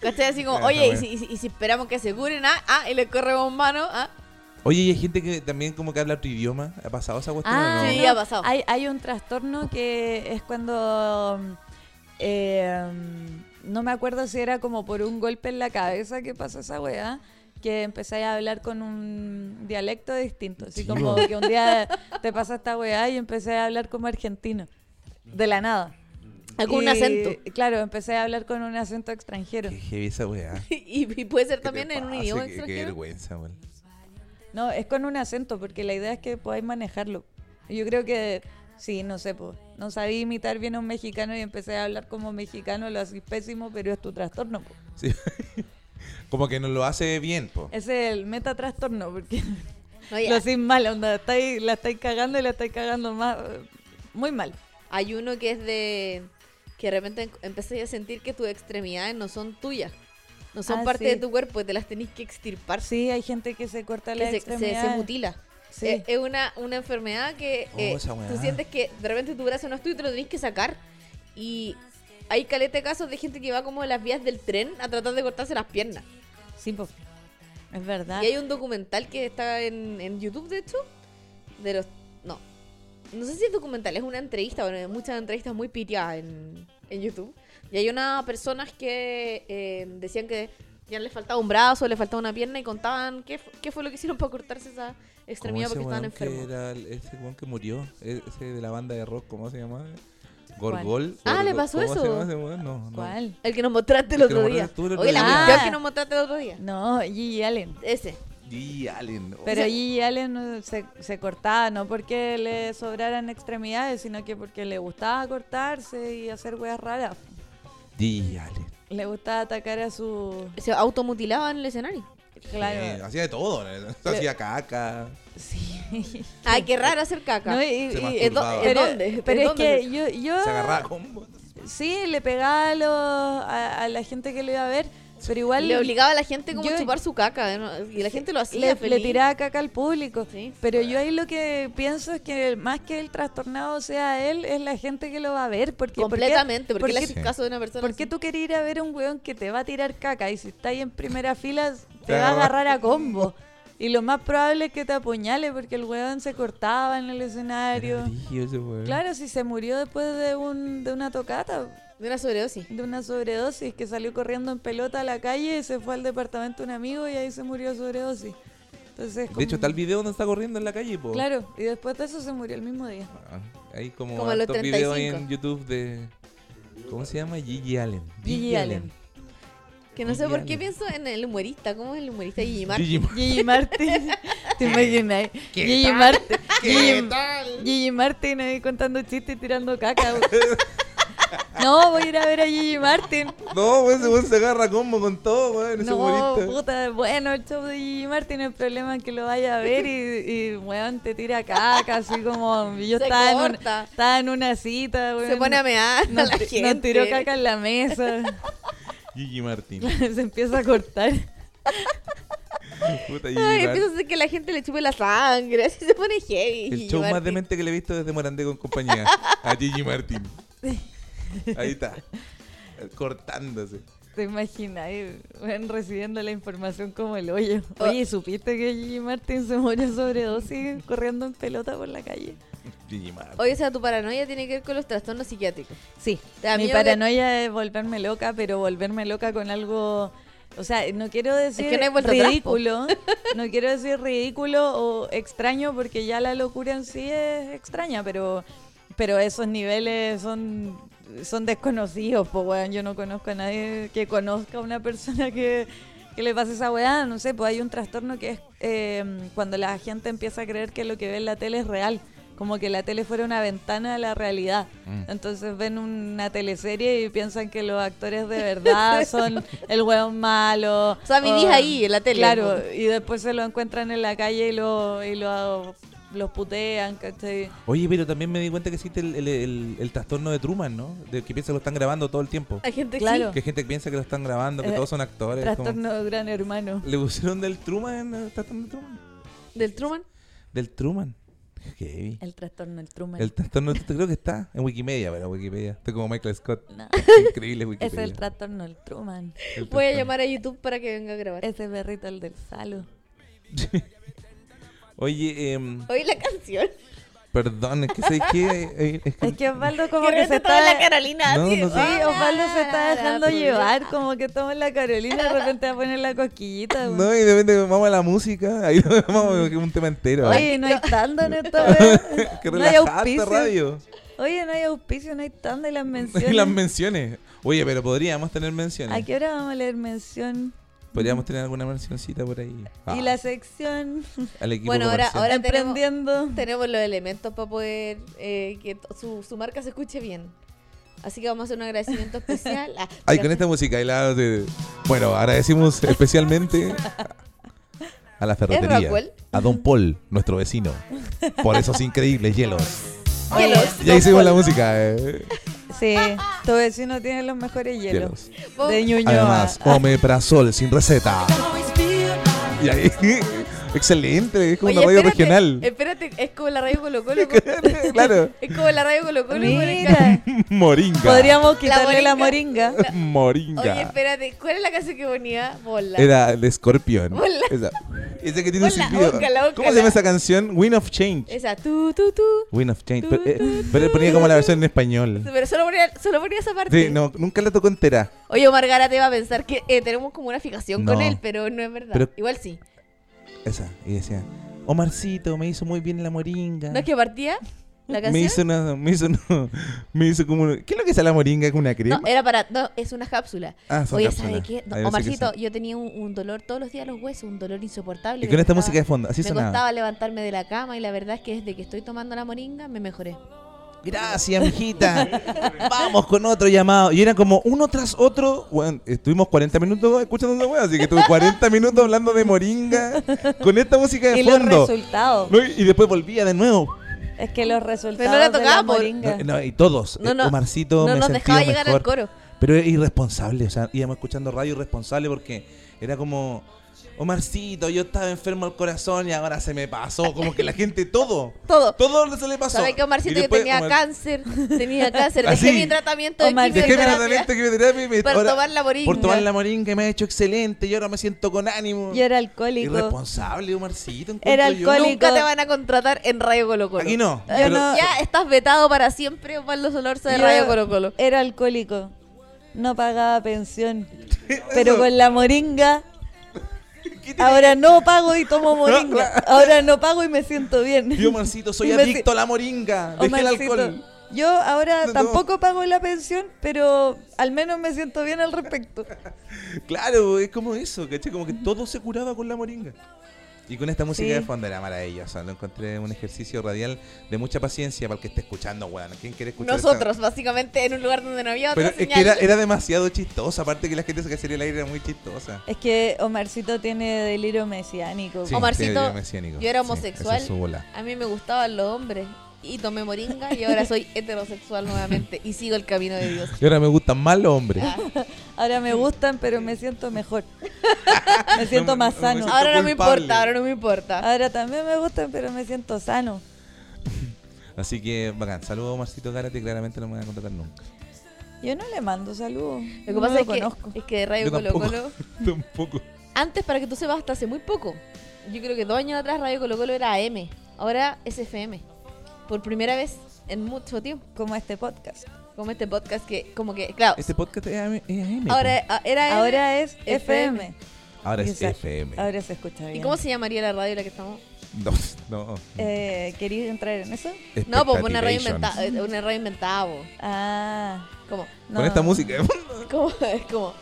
¿Cachai? Así como, Claro, oye, y bueno. si, y si- y si esperamos que se curen, ah, ah, y le corremos mano, ah. Oye, y hay gente que también como que habla otro idioma, ¿ha pasado esa cuestión? o no? sí, Ah, no, ha pasado. Hay, hay un trastorno que es cuando. mm, eh, mm, no me acuerdo si era como por un golpe en la cabeza que pasa esa weá. Que empezáis a hablar con un dialecto distinto. Así Sí, como po. que un día te pasa esta weá y empecé a hablar como argentino. De la nada. Con un Y, acento. Claro, empecé a hablar con un acento extranjero. Qué heavy esa wea. Y, y puede ser ¿Qué te también en un pasa? idioma Qué- Qué extranjero. vergüenza, weón. No, es con un acento, porque la idea es que podáis manejarlo. Yo creo que, sí, no sé, pues, no sabía imitar bien a un mexicano y empecé a hablar como mexicano, lo haces pésimo, pero es tu trastorno. po. Sí. Como que no lo hace bien, po. Ese es el metatrastorno, porque No, y lo a- haces mal, onda, estáis- la estáis cagando y la estáis cagando más, eh, muy mal. Hay uno que es de que de repente en- empecé a sentir que tus extremidades no son tuyas. No son Ah, parte sí. de tu cuerpo y te las tenés que extirpar. Sí, hay gente que se corta la que se, se- se, mutila. Eh, Sí. Es, es una, una enfermedad que Oh, eh, esa weá. tú sientes que de repente tu brazo no es tuyo y te lo tenés que sacar. Y hay caleta de casos de gente que va como en las vías del tren a tratar de cortarse las piernas. Sí, po. es verdad. Y hay un documental que está en, en YouTube, de hecho, de los... No. No sé si es documental, es una entrevista, bueno, hay muchas entrevistas muy piteadas en, en YouTube. Y hay unas personas que eh, decían que ya les faltaba un brazo, les faltaba una pierna y contaban qué, fu- qué fue lo que hicieron para cortarse esa Como extremidad ese porque estaban weón que enfermos. era el- ese weón que murió, e- ese de la banda de rock, ¿cómo se llamaba? Gorgol. Ah, Gorgo- ¿le pasó ¿cómo se eso? llama ese weón? No, no. ¿Cuál? El que nos mostraste el El que otro nos día. mostraste tú el otro Oye, la día. cuestión Ah. que nos mostraste el otro día. No, Gigi Allen. Ese. Y Allen. oh. Pero Gigi Allen eh, se, se cortaba no porque le sobraran extremidades, sino que porque le gustaba cortarse y hacer weas raras. G. Allen. Le gustaba atacar a su... Se automutilaba en el escenario. Eh, Claro, hacía de todo. ¿no? Hacía caca. sí. Ay, qué raro hacer caca. No, y- y- Se y- masturbaba. ¿En, dó- en pero, dónde? pero ¿En es dónde? que yo, yo Se agarraba con... sí le pegaba a, los- a, a la gente que lo iba a ver, pero igual Le obligaba a la gente como Yo- a chupar su caca. ¿eh? ¿no? Y la gente lo hacía. le, feliz. le tiraba caca al público. Sí. Pero yo ahí lo que pienso es que más que el trastornado sea él, es la gente que lo va a ver. Porque, ¿por qué- Completamente. Porque, por él qué- hace un caso de una persona. ¿Por qué así? tú querés ir a ver a un weón que te va a tirar caca? Y si está ahí en primera fila, te Te va a agarra- agarrar a combo. Y lo más probable es que te apuñale porque el weón se cortaba en el escenario. Claro, si se murió después de, un, de una tocata, De una sobredosis. de una sobredosis, que salió corriendo en pelota a la calle y se fue al departamento de un amigo y ahí se murió de sobredosis. Entonces, como- De hecho, está el video donde está corriendo en la calle, po. Claro, y después de eso se murió el mismo día. Ah, Hay como, Como a los hartos videos 35. en YouTube de... ¿Cómo se llama? Gigi Allen. Gigi Allen. Que no sé Gigi por qué Allen. pienso en el humorista. ¿Cómo es el humorista? Gigi Mar. Gigi Mar- Gigi Martin, ¿te imaginas? ¿Qué Gigi tal? Martin, ¿Qué tal? Gigi Martin ahí contando chistes y tirando caca. No, voy a ir a ver a Gigi Martin. No, weón, ese weón se agarra combo con todo, weón. Ese No, humorista. puta, bueno, el show de Gigi Martin, el problema es que lo vaya a ver y, y weón, te tira caca, así como yo Se estaba en, una, corta. estaba en una cita, weón. Se pone a mear a nos, la ti- nos gente. tiró caca en la mesa, Gigi Martin. se empieza a cortar. Puta, Gigi Ay, Martin. empieza a hacer que la gente le chupe la sangre. Así se pone heavy. El Gigi show más Martin. demente que le he visto desde Morandé con compañía. A Gigi Martin. Ahí está. Cortándose. ¿Te imaginas? eh, weón, recibiendo la información como el hoyo. Oh. Oye, ¿supiste que Gigi Martin se murió sobredosis corriendo en pelota por la calle? Gigi Martin. Oye, o sea, tu paranoia tiene que ver con los trastornos psiquiátricos. Sí, ¿Te da mi miedo que- paranoia es volverme loca, pero volverme loca con algo... O sea, no quiero decir que no hay vuelta atrás, po. ridículo, no quiero decir ridículo o extraño porque ya la locura en sí es extraña, pero pero esos niveles son son desconocidos, pues weón, yo no conozco a nadie que conozca a una persona que, que le pase esa weá, no sé, pues hay un trastorno que es eh, cuando la gente empieza a creer que lo que ve en la tele es real, como que la tele fuera una ventana a la realidad. Mm. Entonces ven una teleserie y piensan que los actores de verdad son el hueón malo. O sea, vivís ahí, en la tele, Claro, ¿no? y después se lo encuentran en la calle y lo, y lo los putean, ¿cachai? Oye, pero también me di cuenta que existe el, el, el- el trastorno de Truman, ¿no? De que piensa que lo están grabando todo el tiempo. Hay gente Claro. Que gente que piensa que lo están grabando, que Eh, todos son actores. como- Trastorno de gran hermano. ¿Le pusieron del Truman? eh, ¿Trastorno de Truman? sí. Del Truman. Del Truman. Heavy. El trastorno del Truman. El trastorno de creo que está en Wikimedia, pero Wikipedia. Estoy como Michael Scott. No, Increíble ese es Wikipedia. el trastorno del Truman. El Voy a trastorno. llamar a YouTube para que venga a grabar. Ese perrito, el del Salo. Oye, em, Oí la canción. perdón, es que sé que... eh, es que- Es que Osvaldo como Que que se rete está... toda la Carolina. No, así, no sé. Sí, hola, Osvaldo se está la, la, dejando la, llevar, como que toma la Carolina y de repente va a poner la cosquillita. weón. No, y de repente vamos a la música, ahí nos vamos a un tema entero. Oye, no hay tanda en esta wea. que no hay relajada auspicio. esta radio. Oye, no hay auspicio, no hay tanda y las menciones. Y las menciones. Oye, pero podríamos tener menciones. ¿A qué hora vamos a leer mención? Podríamos tener alguna mencioncita por ahí. Ah, Y la sección al equipo Bueno, ahora- comercial. ahora- tenemos- Emprendiendo. Tenemos los elementos para poder eh, que to- su, su marca se escuche bien. Así que vamos a hacer un agradecimiento especial. Ah, Ay, pero- con este esta música y la... de- Bueno, agradecimos especialmente a la ferretería. Rockwell? A Don Paul, nuestro vecino. Por esos increíbles hielos. Oye, los- Ya hicimos la música. eh. Sí, tu vecino tiene los mejores hielos. vamos- De Ñuñoa. Además, omeprazol sin receta. Y ahí, excelente, es como Oye, una radio espérate, regional. Espérate, es como la radio Colo Colo. con- claro. Es como la radio Colo Colo. con el ca- Mira, Moringa. podríamos quitarle la moringa. moringa. Oye, Moringa. espérate, ¿cuál es la canción que ponía? Bola. Era de Scorpion. Hola. Esa. Ese que tiene un Hola, silbido. ócala, ócala. ¿Cómo se llama esa canción? Win of Change. Esa, tú, tú, tú. Win of Change. Tu, Pero, eh, tu, pero él ponía como la versión en español. Pero solo ponía, solo ponía esa parte. Sí, no, nunca la tocó entera. Oye, Omar Garate va a pensar que eh, tenemos como una fijación con No. él, pero no es verdad. Pero- Igual sí. Esa. Y decía, Omarcito, me hizo muy bien la moringa. No es que partía ¿La Me canción? hizo una. Me hizo, una- me hizo como. una- ¿Qué es lo que es la moringa con una crema? No, era para. No, es una cápsula. Ah, son Oye, cápsulas. ¿sabe qué? No, Ahí dice que Omarcito, sí. yo tenía un, un dolor todos los días a los huesos, un dolor insoportable. Y con me esta costaba- música de fondo, así Me sonaba. costaba levantarme de la cama y la verdad es que desde que estoy tomando la moringa me mejoré. Gracias, mijita. Vamos con otro llamado. Y era como uno tras otro. Bueno, estuvimos 40 minutos escuchando esa wea, así que estuve 40 minutos hablando de moringa con esta música de Y los fondo. resultados. No, y y después volvía de nuevo. Es que los resultados. la de tocaba por- moringa. No, no, y todos. No, Eh, no. Omarcito no me nos sentía dejaba mejor. llegar al coro. Pero es irresponsable, o sea, íbamos escuchando radio irresponsable porque era como, Omarcito, yo estaba enfermo al corazón y ahora se me pasó, como que la gente todo, Todo. todo se le pasó. ¿Sabes que Y Omarcito yo después, Ah, tenía Omar- cáncer? Tenía cáncer. Dejé Así. mi tratamiento de Omar- Dejé mi quimioterapia tratamiento de quimioterapia y me- este para ahora- tomar la moringa. por tomar la moringa y me ha hecho excelente y ahora me siento con ánimo. Yo era alcohólico. Irresponsable, Omarcito. encuentro Era yo. alcohólico. Nunca te van a contratar en Radio Colo Colo. Aquí no. Yo pero- no- Ya estás vetado para siempre, Osvaldo Solorza de Yo- Radio Colo Colo. Era alcohólico. No pagaba pensión. Pero Eso. con la moringa. ¿Qué te- Ahora no pago y tomo moringa. Ahora no pago y me siento bien. Yo, Omarcito, soy Y me adicto a la moringa. Dejé el Omarcito, alcohol. Yo ahora No, no. tampoco pago la pensión, pero al menos me siento bien al respecto. Claro, es como eso, ¿cachai? Como que todo se curaba con la moringa. Y con esta música Sí. de fondo era maravillosa. Lo encontré un ejercicio radial de mucha paciencia para el que esté escuchando, weón. ¿Quién quiere escuchar? esta- Nosotros, básicamente, en un lugar donde no había otra Pero es señal. que era, era demasiado chistosa. Aparte que la gente que hacía el aire era muy chistosa. Es que Omarcito tiene delirio mesiánico. Sí, Omarcito, sí, era mesiánico. yo era Sí, homosexual. esa es su bola. A mí me gustaban los hombres. Y tomé moringa y ahora soy heterosexual nuevamente. Y sigo el camino de Dios. Y ahora me gustan más los hombres. Ah. Ahora me gustan, pero me siento mejor. Me siento más sano. Siento Ahora no me culpable. importa, ahora no me importa. Ahora también me gustan, pero me siento sano. Así que, bacán. Saludos a Omarcito Gárate. Claramente no me van a contratar nunca. Yo no le mando saludos. Lo que no pasa es, conozco. que, es que Radio Colo tampoco. Colo, tampoco. antes para que tú sepas, hasta hace muy poco, yo creo que dos años atrás Radio Colo Colo era AM, ahora es FM. Por primera vez en mucho tiempo, Como este podcast. como este podcast que, como que, claro, Este podcast es AM. es AM, ahora a- era AM, Ahora es FM. FM. ahora es Exacto. FM. Ahora se escucha bien. ¿Y cómo se llamaría la radio en la que estamos? No, no. Eh, ¿Querías entrar en eso? No, pues una radio Expectativation. inventada, una radio inventada, po. Ah, como, no. Con esta música. como, es como,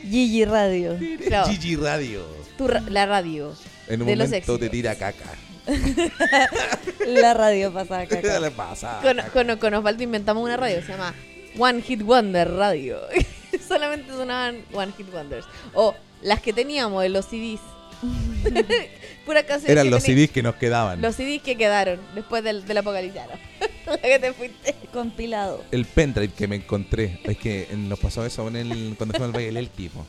Gigi Radio. Claro. Gigi Radio. tu ra- la radio. En un De los momento te éxitos. tira caca. La radio pasada ¿Qué acá. le pasa? Con, con, con Osvaldo inventamos una radio, se llama One Hit Wonder Radio. Solamente sonaban One Hit Wonders. O las que teníamos en los CDs. Pura canción. Eran los CDs que nos quedaban. Los CDs que quedaron después del, del apocalipsis. ¿no? la que te fuiste. Compilado. El pendrive que me encontré. Es que nos pasó eso en el, cuando fuimos al baile del tipo.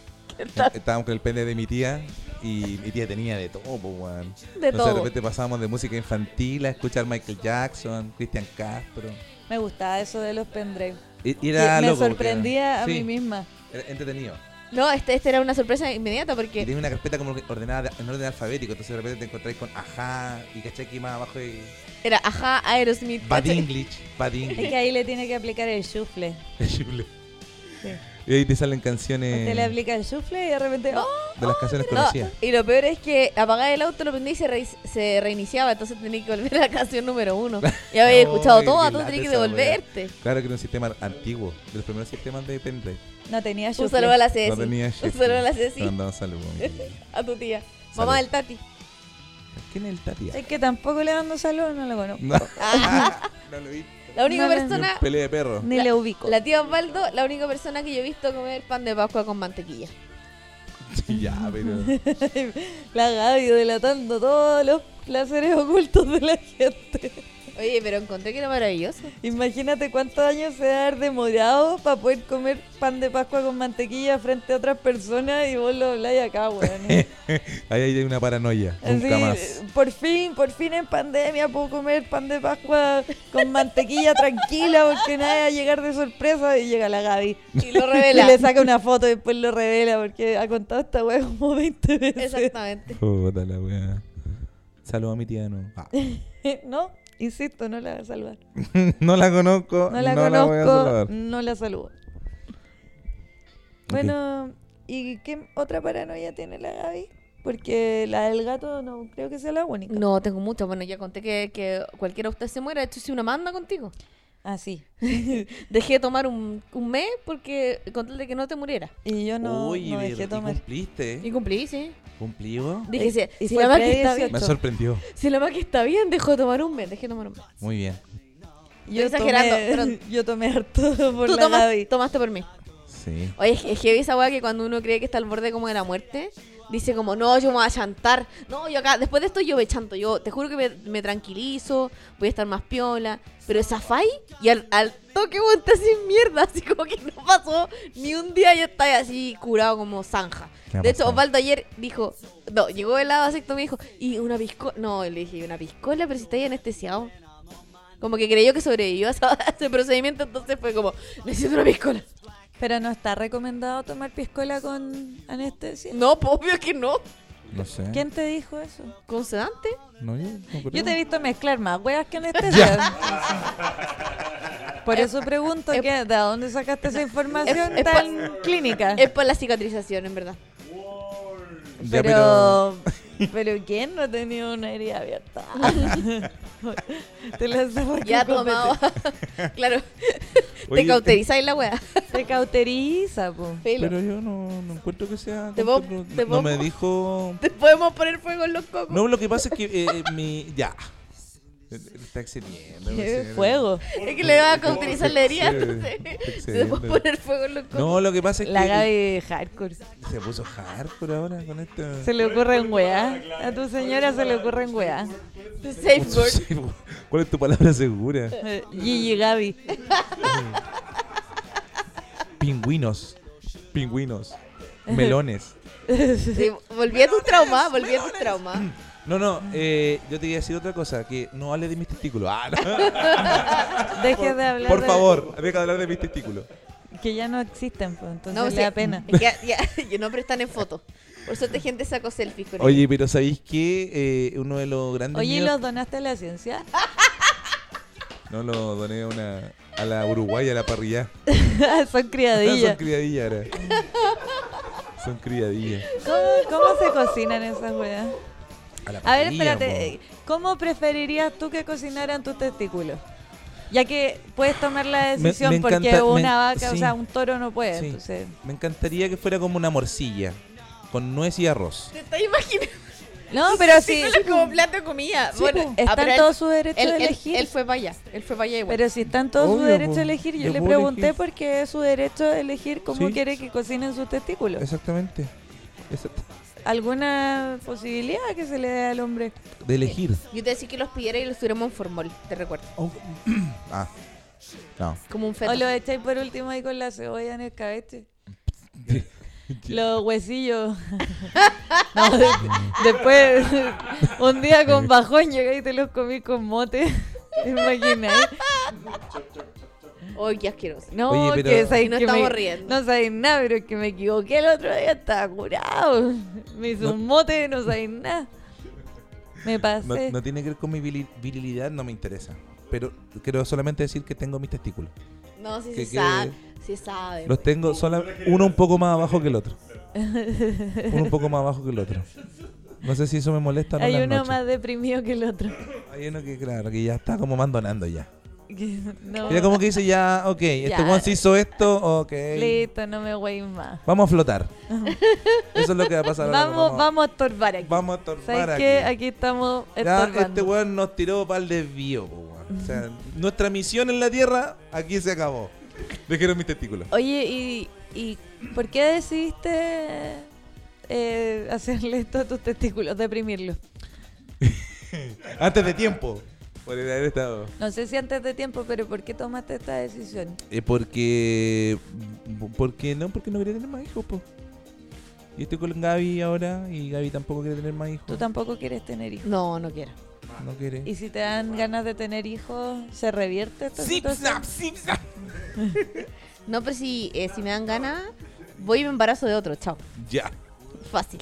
Estábamos con el pendrive de mi tía y mi tía tenía de todo, po, weón. De Entonces de todo. repente pasábamos de música infantil a escuchar Michael Jackson, Cristian Castro. Me gustaba eso de los pendrive. Y- y era Y me loco, porque sorprendía era- a sí, mí misma. Era entretenido. No, este, este era una sorpresa inmediata Y porque tenía una carpeta como ordenada de- en orden alfabético, entonces de repente te encontráis con ajá y cachai que más abajo y era ajá, Aerosmith. Bad ¿cachai? English, Bad Es English. que ahí le tiene que aplicar el chufle. Sí. Y ahí te salen canciones Usted le de aplica el chufle y de repente. ¡oh! las canciones No, conocidas. y lo peor es que apagaba el auto, lo prendí y se, re- se reiniciaba. Entonces tenía que volver a la canción número uno. Ya había No, escuchado y- todo, y tú lata tenías que esa wea. devolverte. Claro que era un sistema antiguo, de los primeros sistemas de pendrive. No tenía chufle. Un saludo a la Eh, Ceci. No tenía un chip. saludo a la Te Ceci. mandaba saludos. A tu tía. Mamá del Tati. ¿Quién es el Tati? Es que tampoco le mando saludos, no la conozco. No. no lo vi. La única No, no. Ni persona, un Pelea de perro. Ni La- le ubico. la tía Osvaldo, la única persona que yo he visto comer pan de Pascua con mantequilla. Sí, ya, pero. La Gaby delatando todos los placeres ocultos de la gente. Oye, pero encontré que era maravilloso. Imagínate cuántos años se va a haber demorado para poder comer pan de Pascua con mantequilla frente a otras personas y vos lo habláis acá, weón. Ahí hay una paranoia. Nunca Así, más. Por fin, por fin en pandemia puedo comer pan de Pascua con mantequilla tranquila porque nadie va a llegar de sorpresa y llega la Gaby. Y lo Y revela. le saca una foto y después lo revela porque ha contado esta weá como 20 veces. Exactamente. Puta la wea. Saludos a mi tía, no. Ah. No, insisto, no la va a salvar. no la conozco. No la voy a conozco, saludar. no la saludo. Bueno, ¿y qué otra paranoia tiene la Gaby? porque la del gato no creo que sea la única. No, tengo muchas. Bueno, ya conté que, que cualquiera de ustedes se muera. De hecho, hice una manda contigo. Ah, sí. Dejé de tomar un, un mes porque con tal de que no te muriera. Y yo no, Uy, no ver- dejé ¿y tomar. cumpliste? Y cumplí, sí. ¿Cumplido? Dije, si- Y si, fue la más que está bien, pre-18. Me sorprendió. si la más que está bien, dejó de tomar un mes. Dejé de tomar un mes. Muy bien. Yo Estoy exagerando, tomé, yo tomé harto por Tú la tomas- Gaby. tomaste por mí. Sí. Oye, es- es heavy esa weá que cuando uno cree que está al borde como de la muerte, dice como, no, yo me voy a chantar. No, yo acá, después de esto yo me chanto. Yo te juro que me, me tranquilizo, voy a estar más piola. Pero esa fai, y al, al toque vos estás sin mierda, así como que no pasó ni un día y estás así curado como zanja. Me ha De hecho, pasado. Osvaldo ayer dijo, no, llegó el lado asecto y me dijo, y una piscola, no, le dije, una piscola, pero si está ahí anestesiado. Como que creyó que sobrevivió a esa- a ese procedimiento, entonces fue como, necesito una piscola. Pero no está recomendado tomar piscola con anestesia. ¿Eh? No, pues, obvio que no. No sé. ¿Quién te dijo eso? ¿Con sedante? No, yo, no creo. Yo te he visto mezclar más huevas que anestesia. Por eso pregunto es- que, ¿de dónde sacaste esa información es pa- tan clínica? Es por la cicatrización, en verdad. Ya, pero, pero... ¿quién no ha tenido una herida abierta? te la cerré Ya ha con copete. tomado. claro, Oye, eh, te cauterizáis la wea. Te cauteriza, po. Filo. Pero yo no, no encuentro que sea. Te tanto puedo- pro- te no puedo- me dijo. Te podemos poner fuego en los cocos. No, lo que pasa es que eh, mi. Ya. Está excediendo. Qué excediendo. Fuego. Es que le va a cauterizar la herida, Sí, entonces. está Te puedo excediendo. poner fuego en los cocos. No, lo que pasa es La que. Gaby hardcore. Se puso hardcore ahora con esta. Se le ocurren weas. A tu señora se le ocurren weas. The safe word. Sí, po. ¿Cuál es tu palabra segura? Eh, Gigi Gaby. Pingüinos. Pingüinos. Melones. Sí, volví a tus traumas, volví a tus traumas. No, no, eh, yo te iba a decir otra cosa, que no hables de mis testículos. Ah, no. Deje de hablar. Por de- favor, deja de hablar de mis testículos. Que ya no existen, pues. Entonces No, le sí. da pena. Es que ya, yo no prestan en foto. Por suerte, gente sacó selfies con Oye, pero ¿sabéis qué? Eh, uno de los grandes Oye, ¿y miedos- los donaste a la ciencia? No, lo doné a, una, a la Uruguaya, a la parrilla. Son Son criadillas. criadillas ahora. Son criadillas. ¿Cómo, cómo se cocinan esas weas? A, la A ver, parrilla, espérate. eh, ¿Cómo preferirías tú que cocinaran tus testículos? Ya que puedes tomar la Me- decisión me porque encanta- me- una vaca, o sí. sea, un toro no puede. Sí. Entonces, po. Me encantaría que fuera como una morcilla, con nuez y arroz. Te estás imaginando no, pero sí. como plato de comida. sí, bueno, po, ah, pero están él- todos sus derechos él, de él, elegir. él fue para allá. Él fue para allá igual. Pero si están todos sus Obvio, derechos po. a elegir, yo, Yo le puedo pregunté elegir. por qué es su derecho a elegir cómo Sí. quiere que cocinen sus testículos. Exactamente. Exact- ¿Alguna posibilidad que se le dé al hombre? De elegir. Yo te decía que los pidiera y los tuviéramos en formol, te recuerdo. Oh, Ah, no. Como un feto. ¿O lo echáis por último ahí con la cebolla en el cabete? Ya. Los huesillos. No, de- después, un día con bajón llegáis y te los comí con mote. ¿Te imaginas? Ay, qué asqueroso. No, Oye, pero- que sabéis No que me- estamos riendo. No sabéis nada, pero es que me equivoqué el otro día, estaba curado. Me hizo No- un mote, no sabéis nada. Me No, pasé. no tiene que ver con mi viril- virilidad, no me interesa. Pero quiero solamente decir que tengo mis testículos. No, sí ¿Qué se sabe. Sí sabe. Los tengo sola, uno un poco más abajo que el otro. Uno un poco más abajo que el otro. No sé si eso me molesta o no. Hay en las uno noches. más deprimido que el otro. Hay uno que, claro, que ya está como mandonando ya. Que- no, Ya como que dice, ya, ok, este Ya. Juan se hizo esto, ok. listo, no me güey más. Vamos a flotar. Eso es lo que va a pasar ahora, Vamos, vamos a estorbar aquí. Vamos a ¿Sabes torbar qué? aquí. Aquí estamos Ya, estorbando. este weón nos tiró para el desvío, po, weón. O sea, nuestra misión en la Tierra, aquí se acabó. Dejaron mis testículos. Oye, ¿y, y por qué decidiste eh, hacerle esto a tus testículos, deprimirlos? Antes de tiempo. Por el haber estado. No sé si antes de tiempo, pero ¿por qué tomaste esta decisión? Eh, porque. Porque no, porque no quería tener más hijos, po. Yo estoy con Gaby ahora y Gaby tampoco quiere tener más Tú hijos. tampoco quieres tener hijos. No, no quiero. No quiere. Y si te dan ganas de tener hijos, ¿se revierte esta Zip, situación? zap, zip, zap. No, pero si, eh, si me dan ganas, voy y me embarazo de otro. Chao. Ya. Fácil.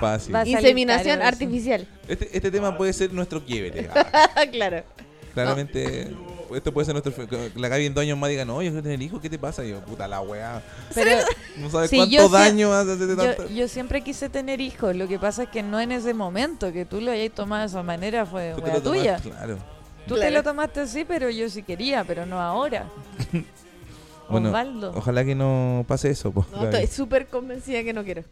Fácil. Vas- salir Inseminación caro eso. artificial. Este, este tema puede ser nuestro quiebre. Ah, claro. claramente. esto puede ser nuestro. fe- La Gaby en dos años más diga, no, yo quiero tener hijos, ¿qué te pasa? Y yo, puta la weá. Pero No sabes Sí, yo cuánto sé- daño hace hacerte yo, tanto. yo siempre quise tener hijos. Lo que pasa es que no en ese momento que tú lo hayas tomado de esa manera fue Tú te wea lo tomas- tuya. Claro. Tú te Claro. lo tomaste así, pero yo sí quería, pero no ahora. Bueno, Osvaldo. Ojalá que no pase eso, po, No, Gaby. estoy súper convencida que no quiero.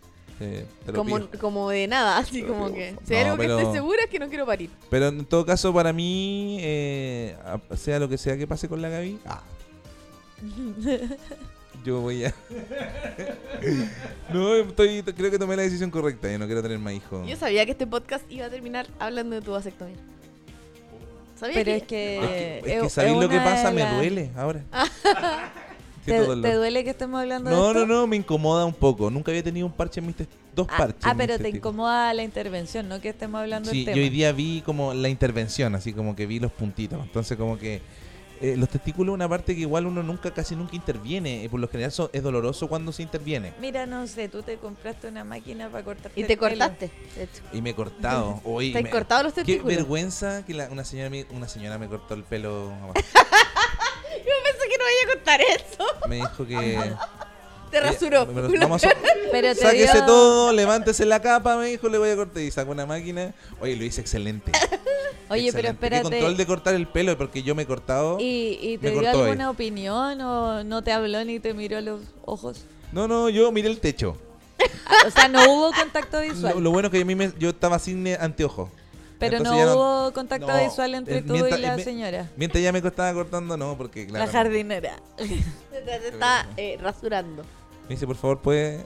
Eh, te lo Como, pido. como de nada, así Te lo como pido, que. por Si hay favor. algo que No, estoy pero- segura es que no quiero parir. Pero en todo caso, para mí, eh, a- sea lo que sea que pase con la Gaby, ah. yo voy a. no, estoy, creo que tomé la decisión correcta. Yo no quiero tener más hijos. Yo sabía que este podcast iba a terminar hablando de tu vasectomía. Sabía Pero que... es que. Es que, es que ¿sabéis lo que pasa? Me duele ahora. ¿Te, Siento dolor. te duele que estemos hablando de No, esto? no, no, me incomoda un poco. Nunca había tenido un parche en mis tes- dos Ah, parches. Ah, en mis pero te testículos. incomoda la intervención, no que estemos hablando Sí, del tema. yo hoy día vi como la intervención, así como que vi los puntitos. Entonces, como que eh, los testículos, una parte que igual uno nunca, casi nunca interviene. eh, por lo general so- es doloroso cuando se interviene. Mira, no sé, tú te compraste una máquina para cortar. Y te cortaste, de hecho. Y me he cortado. Hoy Te has me- cortado los Qué testículos. vergüenza que la- una, señora me, una señora me cortó el pelo. abajo. Yo pensé que no iba a contar eso. Me dijo que. Te rasuró. Eh, me- me- vamos a- Pero te Sáquese dio- todo, levántese la capa, me dijo, le voy a cortar. Y sacó una máquina. Oye, lo hice excelente. Oye, pero Excelente. Qué control espérate. de cortar el pelo, porque yo me he cortado. ¿Y, y te Me dio cortó ahí. alguna opinión o no te habló ni te miró a los ojos? Ah, No, no, yo miré el techo. O sea, no hubo contacto visual. Lo, lo bueno es que a mí me- yo estaba sin eh, anteojo. pero no Entonces ya hubo contacto no, visual entre eh, tú mientras- y la eh, me- señora. Mientras ya me estaba cortando, no, porque claro. La jardinera. Te, te- te está eh, rasurando. Me dice, por favor, puede.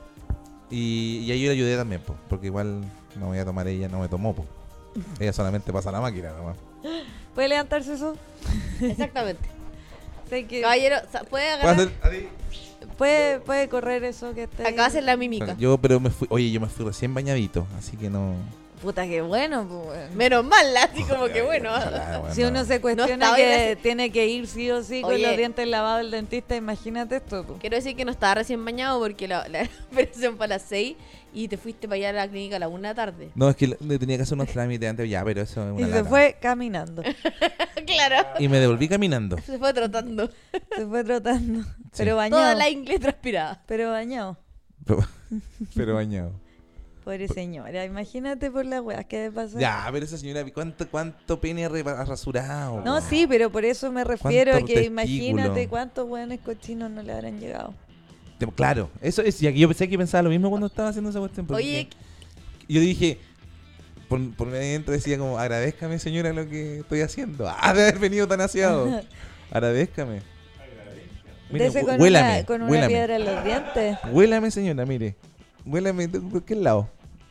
Y, y ahí yo le ayudé también, po, porque igual no voy a tomar ella, no me tomó. po. Ella solamente pasa la máquina nomás. ¿Puede levantarse eso? Exactamente. Sé que- Caballero, sa- puede Puede agarrar. hacer- puede, puede correr eso que está. ahí. Acá hacer la mímica. Yo, pero me fui, oye, yo me fui recién bañadito, así que no. Puta, qué bueno. pues, weón. Menos mal, así como que bueno. Ojalá, bueno. Oh, Si uno se cuestiona estaba que bien así. tiene que ir sí o sí con Oye. los dientes lavados el dentista, imagínate esto. pues. po. Quiero decir que no estaba recién bañado porque la, la operación fue a las 6 y te fuiste para allá a la clínica a la 1 de la tarde. No, es que le tenía que hacer unos trámites antes, ya, pero eso es una Y se lata. fue caminando, claro. Y me devolví caminando. Se fue tratando. se fue trotando, pero Toda bañado, la inglés transpirada. pero bañado. Pero, pero bañado. Pobre señora, imagínate por las weas que le pasó. Ya, pero esa señora, ¿cuánto, cuánto pene re- rasurado? No, weón? sí, pero por eso me refiero a que ¿Cuántos testículos? imagínate cuántos weones cochinos no le habrán llegado. Te- Claro, eso es. Y aquí yo pensé que pensaba lo mismo cuando estaba haciendo esa cuestión. porque Oye, Yo dije, por, por mi adentro decía como, agradezcame señora lo que estoy haciendo. Ah, de haber venido tan aseado. Agradezcame. Mira, De ese hue- con, huélame, una, con una huélame. piedra en los dientes. Huélame, señora, mire. Huélame de cualquier lado.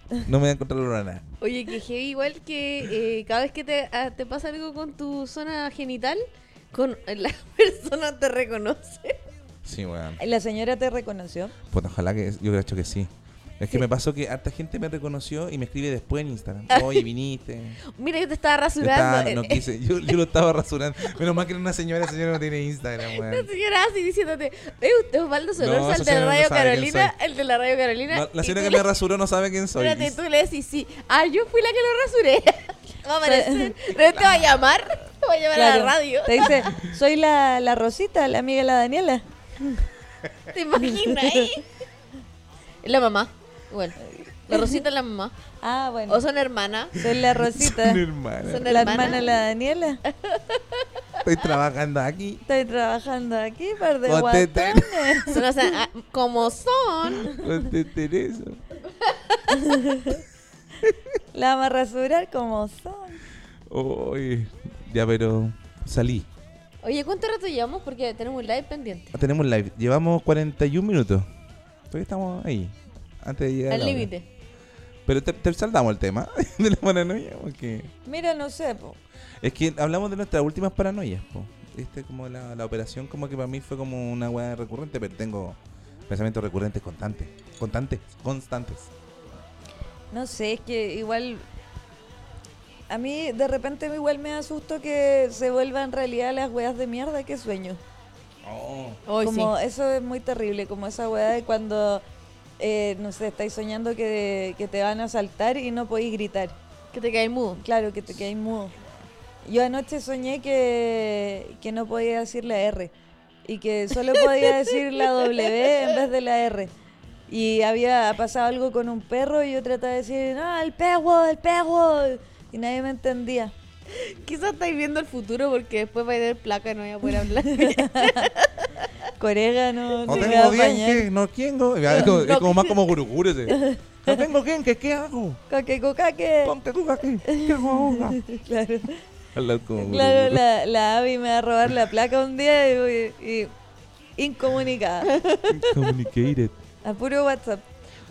No me voy a encontrar olor a nada. Oye, que heavy igual que eh, cada vez que te, ah, te pasa algo con tu zona genital, con eh, la persona te reconoce. Sí, weón. La señora te reconoció. Pues ojalá que yo creo que sí. Es que me pasó que harta gente me reconoció y me escribe después en Instagram. Ah. Oye, viniste. Mira, yo te estaba Yo rasurando. estaba- no Eh, eh, quise. Yo, yo lo estaba rasurando. Menos mal que era una señora, la señora no tiene Instagram, la weón. señora así diciéndote, eh, usted es Osvaldo Solorza, esa el de señora la no Radio sabe quién Carolina, el de la Radio Carolina. No, la y señora tú que le- me rasuró no sabe quién soy. Espérate, Y- tú le decís, sí, ah, yo fui la que lo rasuré. Va a aparecer, pero te va a llamar, te va a llamar a Claro. la radio. Te dice, soy la, la Rosita, la amiga de la Daniela. ¿Te imaginas? eh? Es la mamá, igual. La Rosita es la mamá. Ah, bueno. O son hermanas. soy la Rosita. Son hermanas. Son- la hermana. hermana de la Daniela. Estoy trabajando aquí. Estoy trabajando aquí, par de Con te- guatones. Son, o sea, ah, como son. Con te Teresa. La vamos a rasurar como son. Oye. Ya, pero salí. Oye, ¿cuánto rato llevamos? Porque tenemos un live pendiente. Tenemos live. Llevamos 41 minutos. Todavía estamos ahí. Antes de llegar. a Al la hora. límite. Pero te, te saltamos el tema de la paranoia. Porque... Mira, no sé, po. Es que hablamos de nuestras últimas paranoias, po. Este, como la, la operación, como que para mí fue como una weá recurrente, pero tengo pensamientos recurrentes constantes. Constantes, constantes. No sé, es que igual. A mí de repente me igual me asusto que se vuelvan realidad las weas de mierda que sueño. Hoy como eso es muy terrible, como esa weá de cuando, eh, no sé, estáis soñando que, que te van a saltar y no podéis gritar. sí. Que te caes mudo. Claro, que te quedáis mudo. Yo anoche soñé que, que no podía decir la R y que solo podía decir la W en vez de la R. Y había pasado algo con un perro y yo trataba de decir, no, el perro, el perro. Y nadie me entendía. Quizás estáis viendo el futuro porque después va a ir placa y no voy a poder hablar. Corega no, No se me va a tengo bien, apañar. ¿qué? No tengo. Es como, es como más como guruguru ese. No tengo bien, ¿qué, qué hago? Caque, cocaque. Ponte tú aquí. ¿Qué hago ahora? Claro. Hablar como guruguru. Claro, la, la Abby me va a robar la placa un día y, y- y incomunicada. Communicated. A puro WhatsApp.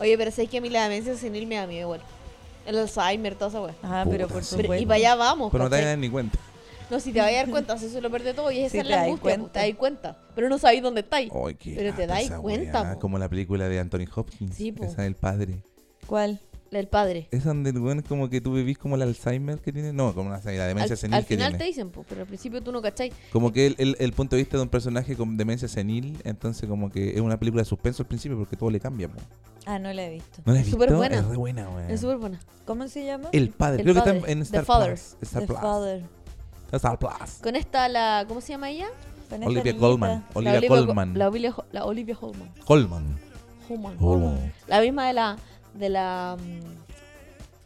Oye, pero sé que a mí la demencia senil me da miedo igual. El Alzheimer, toda esa wea. Ajá, Ah, pero Puta, por sí. Pero- y supuesto. para allá vamos. Pero no te ¿cachai? das ni cuenta. No, si te vas a dar cuenta, si eso es lo peor de todo. Y esa Sí, es te la das angustia, cuenta. pues, te das cuenta. Pero no sabéis dónde estáis. Ay, qué Pero te lata dais esa cuenta, weá, po. Como la película de Anthony Hopkins. Sí, po. Esa del padre. ¿Cuál? La del padre. Es donde el weón como que tú vivís como el Alzheimer que tiene. No, como la, la Al, demencia senil al que final tiene. te dicen, pues, pero al principio tú no cacháis. Como que el, el- el punto de vista de un personaje con demencia senil, entonces como que es una película de suspenso al principio porque todo le cambia. po. Ah, no la he visto. ¿No la has Es visto? superbuena. Es re buena, weón. Es súper buena. ¿Cómo se llama? El padre. El Creo que está padre. en- en The Star Father. Plus. Star The Plus. Father. Star Plus. Con esta, la. ¿Cómo se llama ella? Con esta Olivia niñita. Goldman. La Olivia Go- Colman. La Olivia, Ho- la Olivia Holman. Colman. Holman. Oh. La misma de la. De la. mm,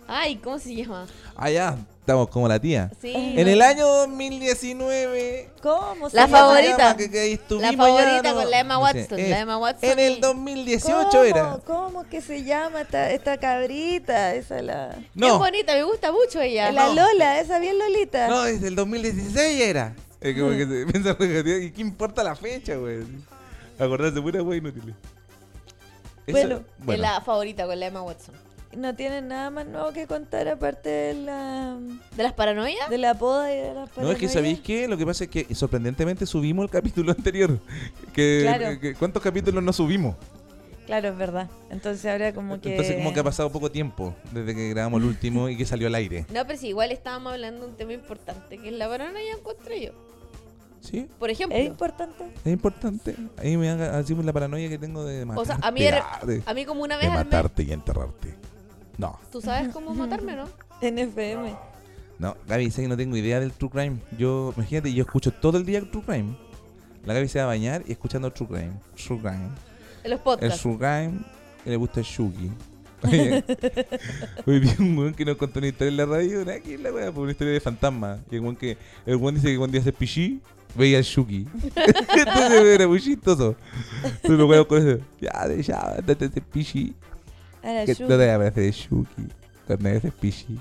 Ay, ¿cómo se llama? Ah, ya. Estamos como la tía. Sí. En el año 2019. ¿Cómo se La llama? ¿cómo se favorita. llama? Que, que ahí La estuvimos ya, favorita no- con la Emma no sé. Watson. Eh, la Emma Watson. En el y- 2018 ¿Cómo? era. ¿Cómo que se llama esta, esta cabrita? Esa la... Es No, bonita, me gusta mucho ella. La no. Lola, esa bien Lolita. no, desde el 2016 era. Es como que se piensa regatear, ¿Y qué importa la fecha, güey? Acordarse pura, güey, inútil. Eso- Bueno, Es la favorita con la Emma Watson. No tienen nada más nuevo que contar aparte de la... ¿De las paranoias? De la poda y de la No, es que paranoia. ¿sabéis qué? Lo que pasa es que sorprendentemente subimos el capítulo anterior. Que, Claro. que- ¿Cuántos capítulos no subimos? Claro, es verdad. Entonces ahora como que... Entonces como que ha pasado poco tiempo desde que grabamos el último y que salió al aire. No, pero sí, igual estábamos hablando de un tema importante, que es la paranoia encuentro yo. ¿Sí? Por ejemplo, Es importante. Es importante. Ahí me haga- hacemos la paranoia que tengo de o sea, matarte. a mí, era- ah, de, a mí como una de vez al mes, matarte y enterrarte. No, tú sabes cómo matarme, ¿no? NFM. no. Gaby dice que no tengo idea del True Crime. Yo, imagínate, yo escucho todo el día True Crime. La Gaby se va a bañar y escuchando True Crime. True Crime. En El los podcasts. Shurgaim le gusta el Shugi. Oye, hoy vi un weón que nos contó una historia en la radio, ¿no? Aquí en la weá, por una historia de fantasma. Y el weón que, el weón dice que cuando iba a hacer pichí, veía el Shugi. Entonces era muy chistoso. Entonces los weones con eso, ya, de- ya, date ese pichí. Ahora, Que Yu. no te voy a aparecer el Shugi. Cuando haces pichí.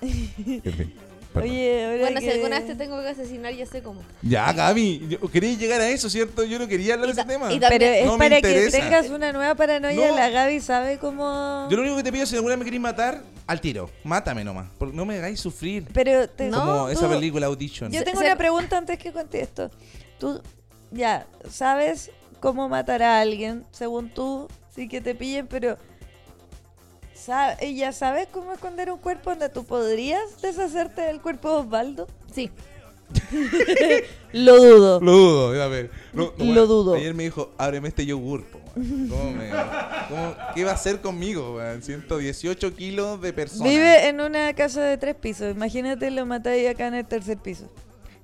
En fin, perdón. Oye, ahora Bueno, si que- alguna vez te tengo que asesinar, ya sé cómo. Ya, Gaby, yo- querías llegar a eso, ¿cierto? Yo no quería hablar de Y ese ta- tema. y ta- Pero También- es No me para que interesa. tengas una nueva paranoia. No. La Gaby sabe cómo... Yo lo único que te pido si alguna vez me queréis matar, al tiro. Mátame nomás. Porque no me hagáis sufrir. Pero te... No, Como esa tú- película Audition. Yo Se- tengo se- una pregunta antes que contesto. Tú ya sabes cómo matar a alguien, según tú, sí que te pillen, pero sa- eh, ¿ya sabes cómo esconder un cuerpo donde tú podrías deshacerte del cuerpo de Osvaldo? Sí. Lo dudo. Lo dudo, a ver. No, no, Lo weón. dudo. Ayer me dijo, ábreme este yogur. po, weón. ¿Cómo me- cómo- ¿Qué va a hacer conmigo? weón? 118 kilos de persona. Vive en una casa de tres pisos. Imagínate lo matáis acá en el tercer piso.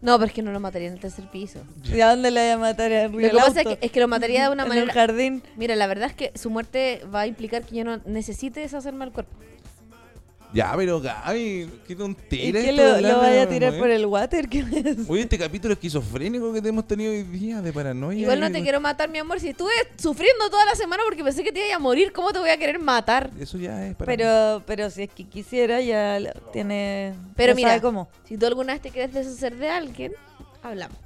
No, pero es que no lo mataría en el tercer piso. ¿Y a dónde la voy a matar? Lo que pasa es que, es que lo mataría de una en el manera... jardín. Mira, la verdad es que su muerte va a implicar que yo no necesite deshacerme el cuerpo. Ya, pero Gaby, qué ¿Y tontera. que esto lo, de lo hablar vaya a de- tirar weón. por el water? ¿Qué es? Oye, este capítulo esquizofrénico que te hemos tenido hoy día de paranoia. Igual no y- te quiero matar, mi amor. Si estuve sufriendo toda la semana porque pensé que te iba a morir, ¿cómo te voy a querer matar? Eso ya es para. Pero, pero si es que quisiera, ya lo- tiene. Pero ya mira, sabe cómo. Si tú alguna vez te quieres deshacer de alguien, hablamos.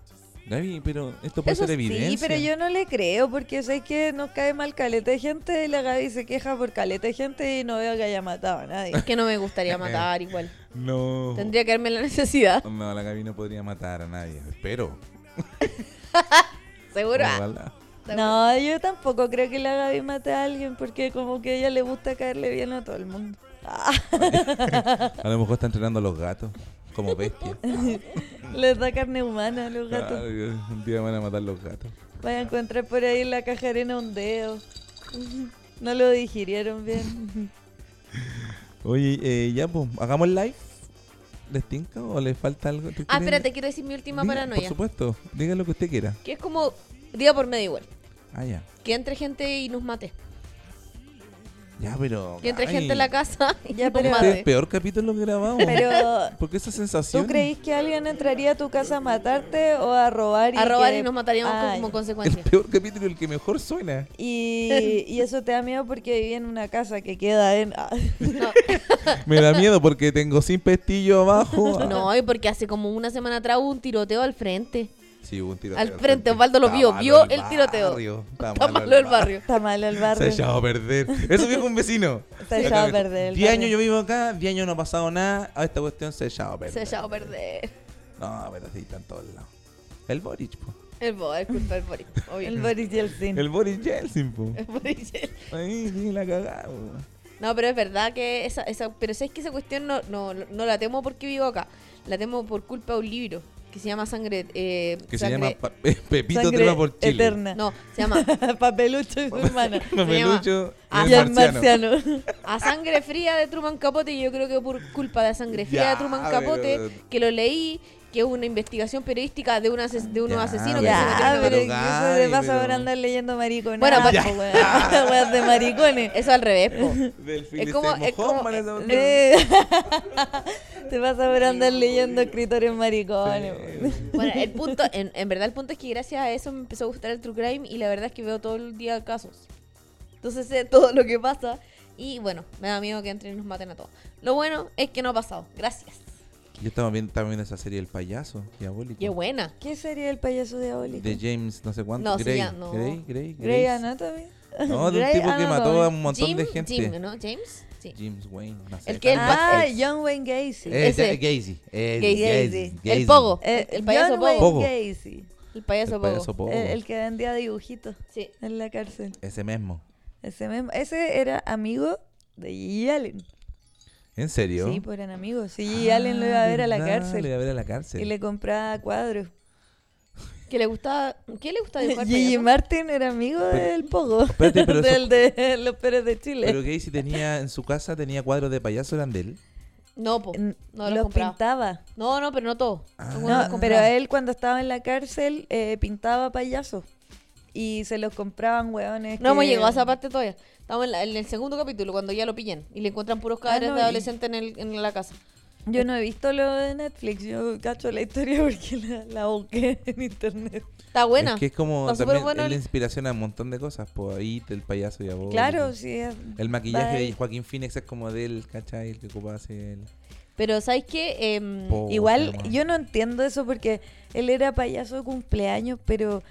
Gaby, pero esto puede Eso ser sí, evidencia. Sí, pero yo no le creo porque sé que nos cae mal caleta de gente y la Gaby se queja por caleta de gente y no veo que haya matado a nadie. Es que no me gustaría matar igual. No. Tendría que darme la necesidad. No, la Gaby no podría matar a nadie. Espero. Seguro. Ah, Ojalá. No, yo tampoco creo que la Gaby mate a alguien porque como que a ella le gusta caerle bien a todo el mundo. Ah, A lo mejor está entrenando a los gatos como bestias. les da carne humana a los Claro, gatos. un día van a matar los gatos. Van a encontrar por ahí en la caja de arena un dedo. No lo digirieron bien. Oye, eh, ya, pues, hagamos live. ¿Les tinca o les falta algo? ¿Tú Ah, quieres- espérate, quiero decir mi última Diga, paranoia. Por supuesto, diga lo que usted quiera. Que es como día por medio igual. Ah, ya. Que entre gente y nos mate. Ya, pero. Que entre ay, gente en la casa y Ya, nos Este pero- es mate. el peor capítulo grabado. Pero, Porque esa sensación. ¿tú creís que alguien entraría a tu casa a matarte o a robar? A robar que- y nos mataríamos con- Ay. como El consecuencia. peor capítulo, el que mejor suena. Y, y eso te da miedo porque viví en una casa que queda en... ah, No, Me da miedo porque tengo sin pestillo abajo. no, y porque hace como una semana atrás hubo un tiroteo al frente. Sí, hubo un tiroteo. Al frente, Osvaldo lo vio, malo vio el tiroteo. barrio, Está Está malo malo el barrio. Está mal el Se ha barrio. echado a perder. Eso dijo un vecino. Se ha echado a perder el 10 barrio. años yo vivo acá, 10 años no ha pasado nada. A esta cuestión se ha echado a perder. Se ha echado a perder. No, pero sí, está en todos lados. El Boric, po. El Boris, culpa del Boris. Obvio. El Boris Yeltsin. El Boris Yeltsin, po. El Boris. Ahí, tiene la cagada, po. No, pero es verdad que esa, esa pero sabes que esa cuestión no, no, no la temo porque vivo acá, la temo por culpa de un libro que se llama Sangre eh, Que se Sangre- llama Pa- Pe- Pepito Sangre Trueba por Chile. eterna. No, se llama Papelucho y su hermana. Mamelucho Ah, y y el el marciano. marciano. A Sangre Fría de Truman Capote y yo creo que por culpa de Sangre Fría Ya, de Truman Capote pero- que lo leí que es una investigación periodística de un ases- de unos Ya, asesinos que se Ya, metieron en pero pero ¿qué eso Gaby, te pasa pero- por andar leyendo maricones? Bueno, pa- weas de maricones. Eso al revés, po. Del Es como, es como- Eh, te pasa por andar leyendo escritores maricones. weón. Bueno, el punto, en, en verdad el punto es que gracias a eso me empezó a gustar el true crime y la verdad es que veo todo el día casos. Entonces sé todo lo que pasa y bueno, me da miedo que entren y nos maten a todos. Lo bueno es que no ha pasado. Gracias. Yo estaba viendo, estaba viendo esa serie El Payaso Diabólico. Y es buena. ¿Qué sería el payaso diabólico? De James, no sé cuánto. No, sí, Grey, ya, no. Grey, Grey, Grey Grace. Anatomy. No, de un Grey tipo que mató a Anatomy. un montón Jim, de gente. Jim, ¿no? James. Sí. James Wayne. No sé, El que el tanto. Ah, Ex. John Wayne Gacy. Eh, ese. ya- Gacy. Eh, Gacy. Gacy. El Gacy. pogo. Eh, el payaso John Wayne Pogo. Gacy. Eh, El El payaso, payaso Pogo. pogo. El, el que vendía dibujitos Sí. en la cárcel. Ese mismo. Ese, mismo- ese era amigo de G. Allen. ¿En serio? Sí, pues eran amigos. Sí, G. Allen lo iba a ver a la Ah, ¿verdad? cárcel. Lo iba a ver a la cárcel. Y le compraba cuadros. Que le gusta, ¿qué le gusta dibujar? Gigi payaso? Martin era amigo del Pogo. Espérate, pero eso- del de los Pérez de Chile. Pero Gacy tenía en su casa tenía cuadros de payaso, eran de él. No, po. N- No lo los compraba. pintaba. No, no, pero no todo. Ah. Algunos No, los pero compraba. él cuando estaba en la cárcel eh, pintaba payasos. Y se los compraban hueones. No hemos que- llegado a esa parte todavía. Estamos en, la- en el segundo capítulo, cuando ya lo pillan y le encuentran puros cadáveres Ah, no, de y- adolescentes en, el- en la casa. Yo no he visto lo de Netflix. Yo cacho la historia porque la, la busqué en internet. Está buena. Es que es como Está súper también bueno es la el- inspiración a un montón de cosas. Por ahí el payaso y a vos. Claro, sí. es- Oh. El maquillaje Bye. de Joaquín Phoenix es como de él, ¿cachai? El que ocupaba así el... Pero ¿sabes qué? Em, Po, Igual pero, yo no entiendo eso porque él era payaso de cumpleaños, pero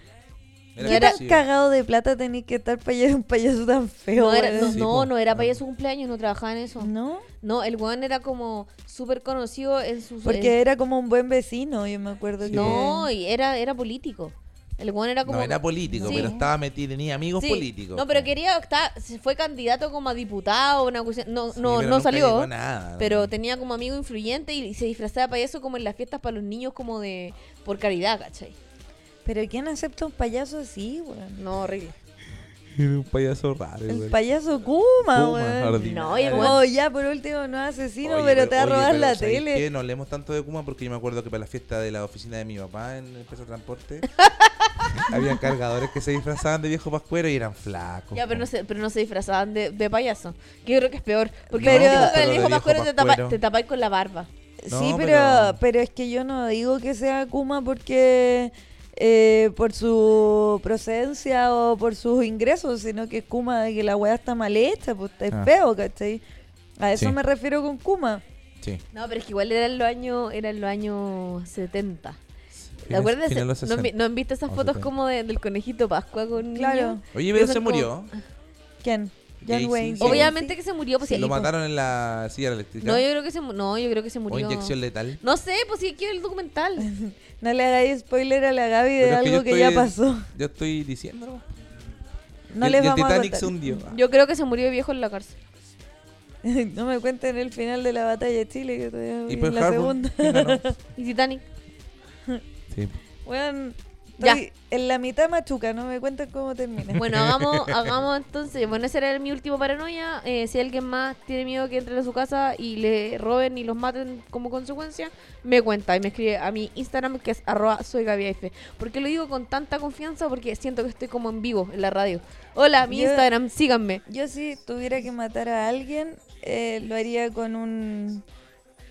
Era ¿qué era- tan conocido. cagado de plata tenés que estar para llegar a un payaso tan feo? no, era, no, weón? Sí, no, po. no era payaso Ah. cumpleaños, no trabajaba en eso. ¿No? No, el weón era como súper conocido en sus... Porque en- era como un buen vecino, yo me acuerdo. que- No, y era, era político. El weón era como... No era político, Sí. pero estaba metido, tenía amigos Sí. políticos. No, pero quería... Está, se fue candidato como a diputado, una cuestión... No, Sí, no, pero no nunca llegó salió. a nada. Pero tenía como amigo influyente y se disfrazaba de payaso como en las fiestas para los niños como de... Por caridad, ¿cachai? Pero ¿quién acepta un payaso así, weón? No, horrible. Era un payaso raro. El güey. payaso Kuma, Kuma, weón. ordinario. No, y el weón Oh, ya, por último, no es asesino, Oye, pero te va a oye, robar pero la ¿sabéis tele. qué? No hablemos tanto de Kuma porque yo me acuerdo que para la fiesta de la oficina de mi papá en el empresa de transporte había cargadores que se disfrazaban de viejo pascuero y eran flacos. Ya, pero no po. se, pero no se disfrazaban de, de payaso. Que yo creo que es peor. Porque No, el viejo- pero el de viejo viejo pascuero te, tapa- pascuero. te tapáis con la barba. No, sí, pero, pero pero- es que yo no digo que sea Kuma porque eh, por su procedencia o por sus ingresos, sino que es Kuma de que la weá está mal hecha, pues está Ah. feo, ¿cachai? A eso Sí. me refiero con Kuma. Sí. No, pero es que igual era en los años, era en los años 70. ¿Te Fines- acuerdas? fines de los ¿No, han vi- 60. ¿No han visto esas O fotos 70. como de- del conejito Pascua con un Claro. niño? Oye, que pero son se como- murió. ¿Quién? John Gacy, Wayne. sí. Obviamente que se murió, pues sí, Lo ahí, pues. mataron en la silla eléctrica. No, yo creo que se mu- no, yo creo que se o murió. inyección letal. No sé, pues sí, quiero el documental. No le hagáis spoiler a la Gaby de Pero es que yo algo que, ya estoy- pasó. Yo estoy diciendo. No Y el- y les el vamos a Titanic contar. se hundió. Yo creo que se murió de viejo en la cárcel. no me cuenten el final de la batalla de Chile, que todavía voy Y pues en Pearl la Harbor, segunda. ¿quién ganó? Y Titanic. Sí. Weón, Estoy en la mitad machuca, no me cuenten cómo termina. Bueno, hagamos, hagamos entonces. Bueno, ese era mi último paranoia. Eh, si alguien más tiene miedo que entren a su casa y le roben y los maten como consecuencia, me cuenta y me escribe a mi Instagram que es arroba soy Gaby F. ¿Por qué lo digo con tanta confianza? Porque siento que estoy como en vivo en la radio. Hola, mi Yo- Instagram, síganme. Yo si tuviera que matar a alguien, eh, lo haría con un...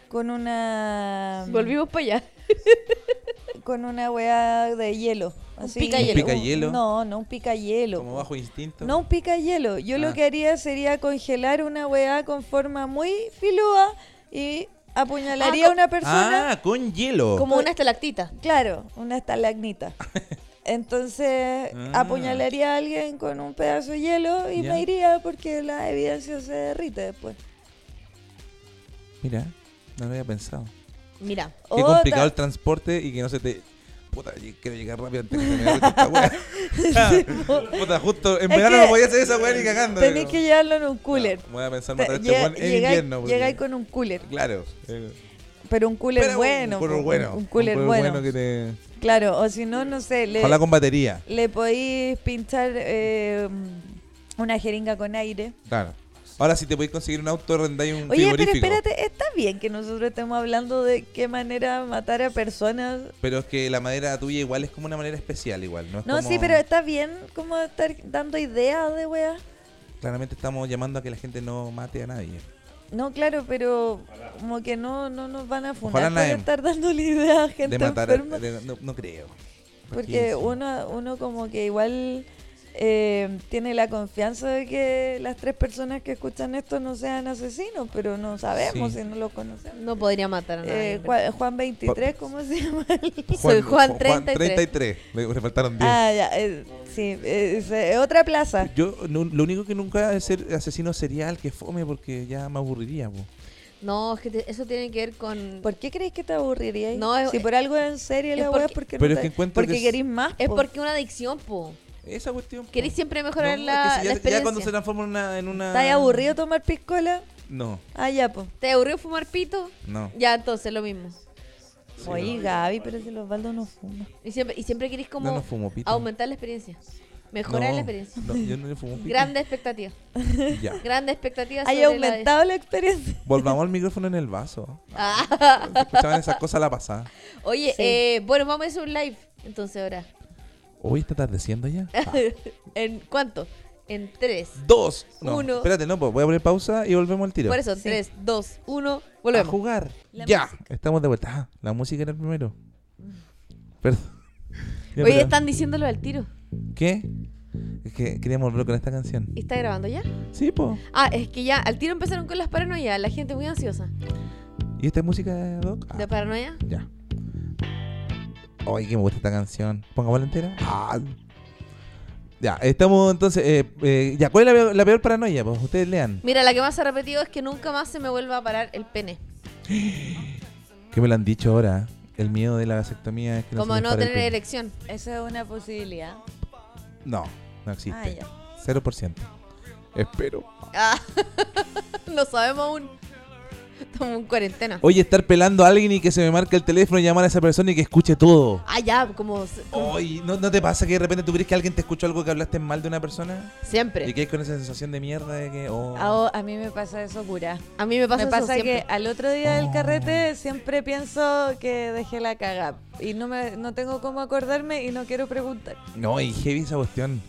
Con una... Volvimos para allá. Con una weá de hielo. así. pica hielo. ¿Un pica hielo? No, no un pica hielo. Como bajo instinto. No un pica hielo. Yo Ah. lo que haría sería congelar una weá con forma muy filúa y apuñalaría Ah, a una persona. Ah, con hielo. Como una estalactita. Claro, una estalagmita. Entonces Ah. apuñalaría a alguien con un pedazo de hielo y Ya. me iría porque la evidencia se derrite después. Mira, no lo había pensado. Mira. Qué O complicado ta- el transporte y que no se te. Puta, yo quiero llegar rápido antes que se me derrita esta weá. Puta, justo en Es verano que no podía hacer esa weá ni cagando. Tenés digo. que llevarlo en un No, cooler. voy a pensar matar a este Lle- weón en llegáis- invierno. porque- llegáis con un cooler, Claro. eh, pero un cooler pero un bueno. cooler po, bueno. Un cooler bueno. que te- Claro, o si no, no sé, le, Ojalá con batería. le podéis pinchar eh, una jeringa con aire. Claro. Ahora si te podéis conseguir un auto, rendáis un Oye, pero frigorífico. espérate, está bien que nosotros estemos hablando de qué manera matar a personas Pero es que la madera tuya igual es como una manera especial igual. No, es No, como- sí, pero está bien como estar dando ideas de weas. Claramente estamos llamando a que la gente no mate a nadie. No, claro, pero como que no, no nos van a Ojalá funar por nadie- estar dándole ideas a de gente matar a- enferma. de- no, no creo. Porque Sí. uno, uno como que igual eh, tiene la confianza de que las tres personas que escuchan esto no sean asesinos, pero no sabemos Sí. si no los conocemos. No podría matar a nadie. Eh, Juan, Juan 23, ¿cómo se llama? el- Soy Juan 33. Le, le faltaron 10. Ah, ya, eh, sí, eh, es, eh, otra plaza. Yo no- lo único que nunca es ser asesino serial que fome porque ya me aburriría. po. No, es que te- eso tiene que ver con... ¿Por qué crees que te aburrirías? No, es- si por algo en serio es la porque- weá eh, es porque, Pero no es te- que encuentro porque que es- querís más. Es po. porque una adicción, po. Esa cuestión. po. Queréis siempre No, mejorar es que la, si la ya, ya experiencia. cuando se transforma en una... En una... ¿Estás aburrido tomar piscola? No, Ah, ya, pues. ¿Te aburrió fumar pito? no. Ya, entonces, lo mismo. Oye, Gaby, pero si los baldos no fuma. Y siempre, y siempre querís como No, no fumo pito. aumentar la experiencia. Mejorar No, la experiencia. no, yo no le fumo un pito. Grande expectativa. Ya. Grande expectativa sobre ¿Hay aumentado la experiencia? Volvamos al micrófono en el vaso. la de- Ah, ¿Se Escuchaban esas cosas la pasada. Oye, Sí. eh, bueno, vamos a hacer un live. Entonces ahora. Hoy está atardeciendo ya. Ah, ¿En cuánto? En tres. Dos. No, Uno. Espérate, no, po, voy a poner pausa y volvemos al tiro. Por eso, tres, dos, uno, a volvemos. jugar. La ya. Estamos de vuelta. Ah, la música era el primero. Perdón. Ya, Mm. Oye, pero- están diciéndolo al tiro. ¿Qué? Es que queríamos volver con esta canción. ¿Está grabando ya? Sí, po. Ah, es que ya al tiro empezaron con las paranoias. La gente muy ansiosa. ¿Y esta es música de Doc? Ah, ¿De paranoia? ya. Ay, que me gusta esta canción. Pongámosla entera. Ah. Ya, estamos entonces. eh, eh, ya, ¿cuál es la peor, la peor paranoia? Pues ustedes lean. Mira, la que más ha repetido es que nunca más se me vuelva a parar el pene. ¿Qué me lo han dicho ahora? El miedo de la vasectomía es que no Mm. Como se les no para el tener pene. erección. Esa es una posibilidad. No, no Ah, existe. ya. 0%. Espero. Ah, no sabemos aún. Estamos en cuarentena. Oye, estar pelando a alguien y que se me marque el teléfono y llamar a esa persona y que escuche todo. Ah, ya, como s- Oye, ¿no, ¿no te pasa que de repente tú crees que alguien te escuchó algo que hablaste mal de una persona? Y siempre. que es con esa sensación de mierda de que. Oh, Ah, a mí me pasa eso, cura. A mí me pasa, me eso pasa siempre. que al otro día Oh. del carrete siempre pienso que dejé la caga y no me no tengo cómo acordarme y no quiero preguntar. No, y heavy esa cuestión.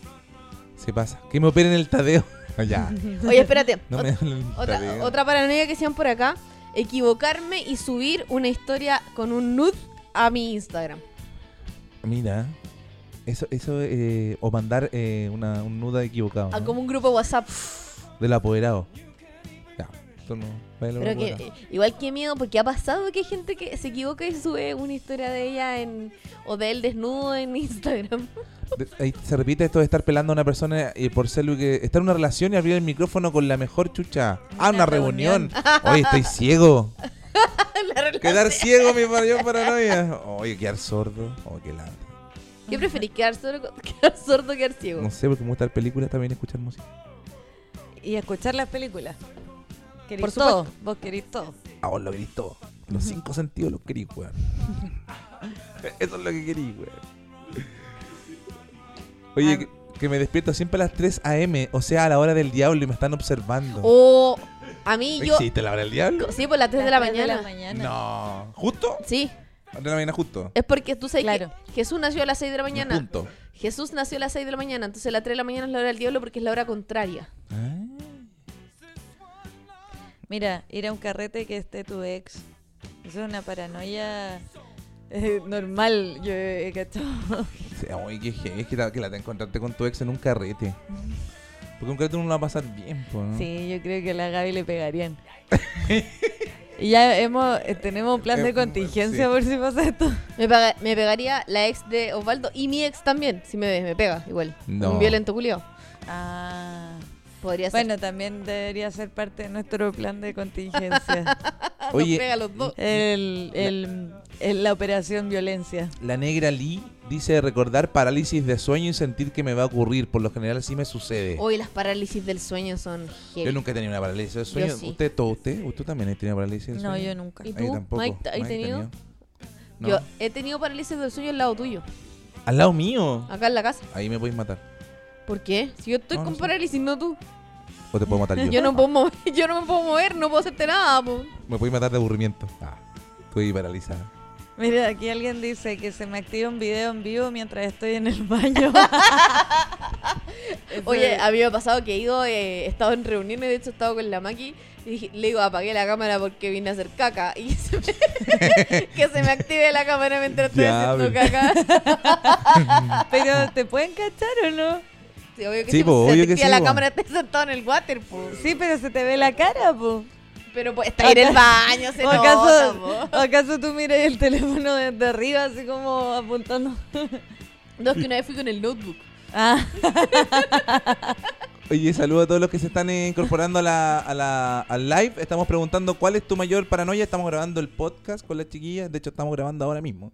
Se pasa. Que me operen el tadeo. No, ya. Oye, espérate. No me hablen el Otra, tadeo. otra paranoia que sean por acá. Equivocarme y subir una historia con un nude a mi Instagram. Mira. Eso, eso eh, o mandar eh, una, un nuda equivocado. A ¿no? Ah, como un grupo WhatsApp. Del apoderado. Ya. Eso no. baila Pero una que, buena. eh, igual que miedo, porque ha pasado que hay gente que se equivoca y sube una historia de ella en, o de él desnudo en Instagram. De- ahí se repite esto de estar pelando a una persona y por ser lo que estar en una relación y abrir el micrófono con la mejor chucha. Ah, una Una reunión. Oye, estoy ciego. La relación. Quedar ciego, mi mayor paranoia. Oye, quedar sordo. Oye, qué lata. ¿Qué preferís? ¿Quedar sordo, quedar sordo o quedar ciego? No sé, porque me gusta ver películas también escuchar música. Y escuchar las películas. Querís Por todo, supuesto. vos querís todo. Ah, vos lo querís todo. Los cinco sentidos los querís, weón. Eso es lo que querís, weón. Oye, Ah. que, que me despierto siempre a las 3 a.m., o sea, a la hora del diablo y me están observando. O a mí yo... ¿Existe la hora del diablo? Sí, por las 3 de la Las tres mañana. mañana. No. ¿Justo? Sí, A las 3 de la mañana justo. es porque tú sabes Claro. que Jesús nació a las 6 de la mañana. Punto. Jesús nació a las 6 de la mañana, entonces la 3 de la mañana es la hora del diablo porque es la hora contraria. Ah. Mira, ir a un carrete que esté tu ex. Eso es una paranoia eh, normal, yo he cachado. Sí, Oye, qué heavy, es que, la- que la te encontrarte con tu ex en un carrete. Porque un carrete uno lo va a pasar bien, po, ¿no? Sí, yo creo que a la Gaby le pegarían. y ya hemos, eh, tenemos un plan Eh, de bueno, contingencia sí. por si pasa esto. Me, paga- me pegaría la ex de Osvaldo y mi ex también, si me ves, me pega igual. No. Un violento culiao. Ah. Podría ser. Bueno, también debería ser parte de nuestro plan de contingencia. Ah, Nos Oye, eh. pega a los dos. el, el- el- la operación violencia. La negra Lee dice recordar parálisis de sueño y sentir que me va a ocurrir. Por lo general sí me sucede. Hoy las parálisis del sueño son heavy. Yo nunca he tenido una parálisis de sueño. sí. ¿Usted, todo usted? ¿Usted también ha tenido parálisis de sueño? No, yo nunca. ¿Y Ah, yo tú, tampoco. Mike, ¿has tenido? No. Yo he tenido parálisis del sueño al lado tuyo, Al lado mío. acá en la casa. Ahí me podéis matar. ¿Por qué? Si yo estoy No, no con sé. parálisis, no tú. O te puedo matar yo. Yo no, puedo mover, yo no me puedo mover, no puedo hacerte nada. po. Me podéis matar de aburrimiento. Ah, estoy paralizada. Mira, aquí alguien dice que se me activa un video en vivo mientras estoy en el baño. Oye, a mí me ha pasado que he ido, eh, he estado en reuniones, de hecho he estado con la Maki, y dije- le digo, apagué la cámara porque vine a hacer caca. Y se me- que se me active la cámara mientras estoy Ya, haciendo pero- caca. ah, Pero ¿te pueden cachar o no? Sí, obvio que Sí, sí, pues, po, se obvio que activa sí, pues. la po. cámara, esté sentado en el water, pues. po. Sí, pero se te ve la cara, po. Pero pues, está ahí en el baño, se ¿O nota, pues. acaso, po. o acaso tú miras el teléfono desde arriba, así como apuntando? No, es que una vez fui con el notebook. Ah, Oye, saludo a todos los que se están eh, incorporando a la, a la- al live. Estamos preguntando cuál es tu mayor paranoia. Estamos grabando el podcast con las chiquillas. De hecho, estamos grabando ahora mismo.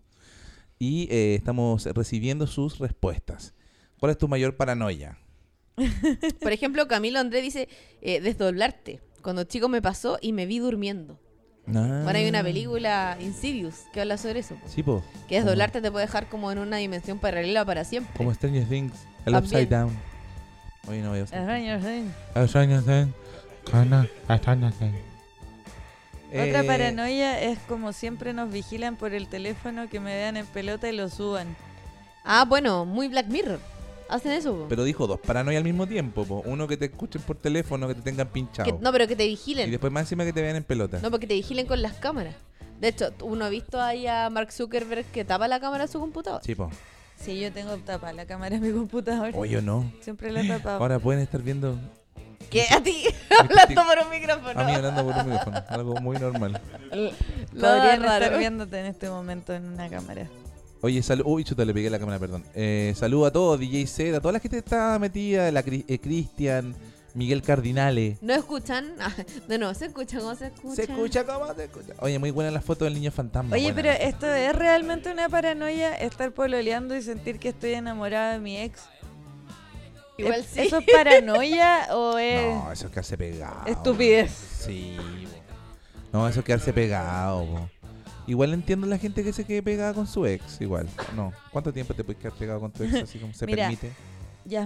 Y eh, estamos recibiendo sus respuestas. ¿Cuál es tu mayor paranoia? Por ejemplo, Camilo Andrés dice, eh, desdoblarte. Cuando chico me pasó y me vi durmiendo. Bueno, hay una película, Insidious, que habla sobre eso. po. Ah. Sí, po. Que desdoblarte te puede dejar como en una dimensión paralela para siempre. Como Stranger Things. El También. Ah. Upside Down. Oye, no veo. El Stranger Things. Otra Eh, paranoia es como siempre nos vigilan por el teléfono, que me vean en pelota y lo suban. Ah, bueno, muy Black Mirror. Hacen eso. po. Pero dijo dos paranoia al mismo tiempo. po. Uno que te escuchen por teléfono, que te tengan pinchado. Que- no, pero que te y vigilen. después más encima que te vean en pelota. No, porque te vigilen con las cámaras. De hecho, uno ha visto ahí a Mark Zuckerberg que tapa la cámara de su computador. Sí, po. Sí, yo tengo tapada la cámara de mi computador. Oye, no. Siempre la he tapado. Ahora pueden estar viendo Que a ti hablando por un micrófono. a mí hablando por un micrófono, algo muy normal. Ah, Podrían Nada estar raro. viéndote en este momento en una cámara. Oye, salud. Uy, chuta, le pegué la cámara, perdón. Eh, saludo a todos, DJ Z, a toda la gente que está metida, la Cri- eh, Cristian, Miguel Cardinale. No escuchan. No, no, se escucha, ¿cómo se escucha? ¿Se escucha cómo se escucha? Oye, muy buena la foto del niño fantasma. Oye, buena pero la foto. esto es realmente una paranoia estar pololeando y sentir que estoy enamorada de mi ex. Igual ¿Es- sí. ¿Eso es paranoia o es Eh, No, eso es quedarse pegado. estupidez? Sí, po. No, eso es quedarse pegado, po. Igual entiendo la gente que se quede pegada con su ex, igual. No, ¿cuánto tiempo te puedes quedar pegado con tu ex así como se Mira, permite?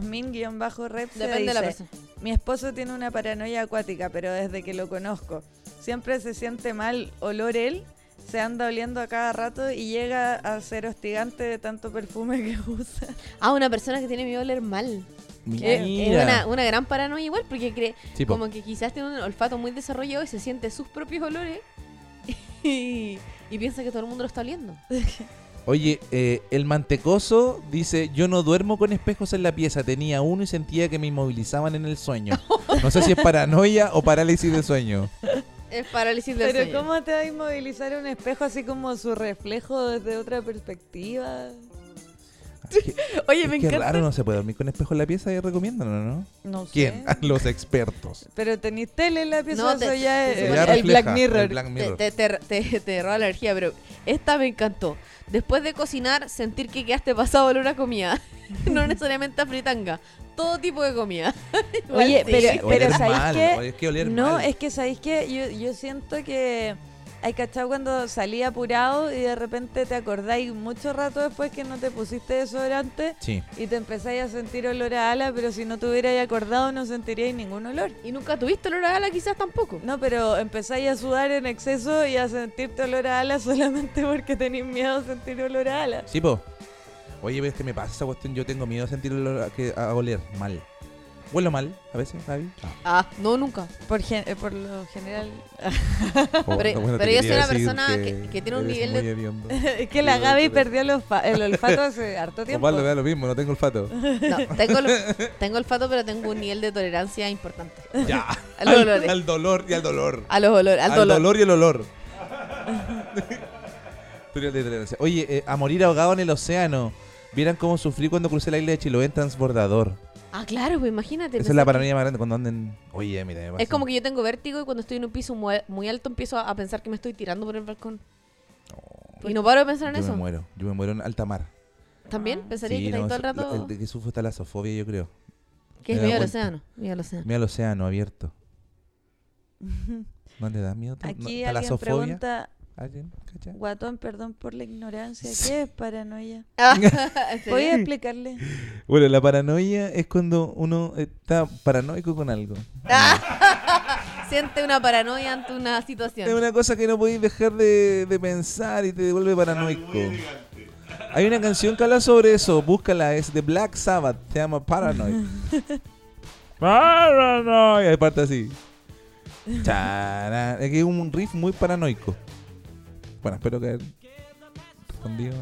Yasmín-Rep se Depende de la dice, persona. Mi esposo tiene una paranoia acuática, pero desde que lo conozco. Siempre se siente mal olor él, se anda oliendo a cada rato y llega a ser hostigante de tanto perfume que usa. Ah, una persona que tiene miedo a oler mal. Mira. Es eh, es una, una gran paranoia igual, porque cree Sí, po. como que quizás tiene un olfato muy desarrollado y se siente sus propios olores y, y piensa que todo el mundo lo está oliendo. Oye, eh, el mantecoso dice, yo no duermo con espejos en la pieza, tenía uno y sentía que me inmovilizaban en el sueño. No sé si es paranoia o parálisis de sueño. Es parálisis del Pero sueño. ¿cómo te va a inmovilizar un espejo así como su reflejo desde otra perspectiva? Oye, Es me que encanta. raro, no se puede dormir con espejos en la pieza y recomiendan, ¿o ¿no? No sé. ¿Quién? Los expertos. Pero tenís tele en la pieza, No, eso te- ya te es supone- Ya el, refleja, Black Mirror. Eh, el Black Te, Mirror. te, te, te- te roba la energía, pero esta me encantó. Después de cocinar, sentir que quedaste pasado olor a comida. no necesariamente a fritanga. Todo tipo de comida. Igual Oye, sí. pero, Sí, pero oler ¿sabéis mal, qué? oye, es que oler no, mal. es que ¿sabéis qué? Yo, yo siento que hay cachado cuando salí apurado y de repente te acordáis mucho rato después que no te pusiste desodorante Sí. y te empezáis a sentir olor a ala, pero si no te hubierais acordado no sentiríais ningún olor. Y nunca tuviste olor a ala quizás tampoco. No, pero empezáis a sudar en exceso y a sentirte olor a ala solamente porque tenéis miedo a sentir olor a ala. Sí, po. Oye, pero este me pasa esa cuestión. Yo tengo miedo a sentir el olor a, que, a oler mal. Huelo mal a veces, Gaby. Ah, no, nunca. Por, gen- eh, por lo general. Oh, Pero- bueno, te pero yo soy quería una decir persona que- que tiene un eres nivel de- muy hediondo. Es que la Sí, Gaby pero- perdió el, olfa- el olfato hace harto tiempo. Osvaldo, me da lo mismo, no tengo olfato. No, tengo, el- tengo olfato, pero tengo un nivel de tolerancia importante. ya. A los olores. Al dolor y al dolor. A los olores, al, al dolor. dolor. y el olor. Tutorial de tolerancia. Oye, eh, a morir ahogado en el océano. Vieran cómo sufrí cuando crucé la isla de Chiloé en transbordador. Ah, claro, pues Esa imagínate. es pensar la que- paranoia más grande cuando anden. Oye, mira, me pasa. Es como que yo tengo vértigo y cuando estoy en un piso muy, muy alto empiezo a, a pensar que me estoy tirando por el balcón. Y no paro de pensar en Yo eso. me muero. Yo me muero en alta mar. Ah. También pensaría Sí, que estáis no, todo el la- rato. el de que sufro está la sofobia, yo creo. que es me da miedo al vuelta. océano. Miedo al océano. Mira el océano abierto. ¿No le da miedo? ¿No- Aquí está la alguien sofobia? pregunta, ¿Alguien? ¿Cacha? guatón, perdón por la ignorancia, Sí. ¿qué es paranoia? Ah, ¿En serio? ¿Podía explicarle? Bueno, la paranoia es cuando uno está paranoico con algo. Siente una paranoia ante una situación. Es una cosa que no podéis dejar de, de pensar y te devuelve paranoico. Hay una canción que habla sobre eso, búscala, es de Black Sabbath, se llama Paranoid. Paranoid, hay parte así. Chara, es que es un riff muy paranoico. Bueno, espero que haber respondido.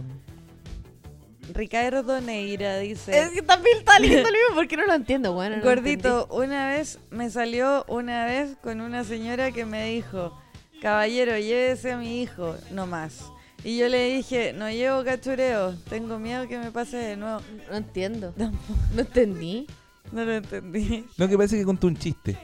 Ricardo Neira dice... Es que también está lindo el mismo, ¿por qué no lo entiendo, bueno? no lo Gordito, una vez me salió una vez con una señora que me dijo, caballero, llévese a mi hijo, no más. Y yo le dije, no llevo cachureo, tengo miedo que me pase de nuevo. entendí. No entiendo. No entendí. No lo entendí. No, que parece que contó un chiste.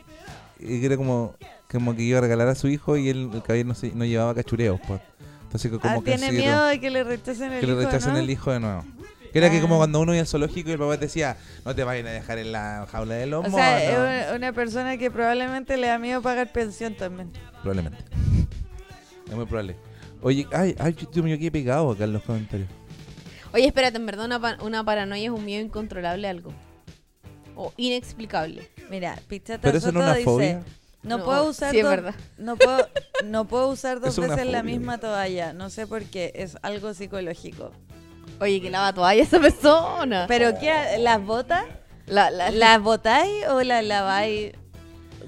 Y que era como, como que iba a regalar a su hijo y él, el caballero no, se- no llevaba cachureos. po. Entonces, como Ah, que tiene se lo- miedo de que le rechacen el que hijo. le rechacen ¿no? el hijo de nuevo. Que era que como Ah. cuando uno iba al zoológico y el papá te decía, no te vayan a dejar en la jaula de los O sea, eh, monos". es una- una persona que probablemente le da miedo pagar pensión también. Probablemente. Es muy probable. Oye, ay, ay, yo- yo me quedé pegado acá en los comentarios. Oye, espérate, en verdad una, pa- una paranoia es un miedo incontrolable a algo. O inexplicable. Mira, Pichata Pero eso no Soto es una dice, fobia. no, No, puedo usar sí, es dos, verdad. no puedo no puedo usar dos Es una veces la fobia. misma toalla, no sé por qué, es algo psicológico. Oye, que lava toalla esa persona. ¿Pero qué? ha- ¿Las botas? Ah. La, la- la- ¿Las botáis o las laváis?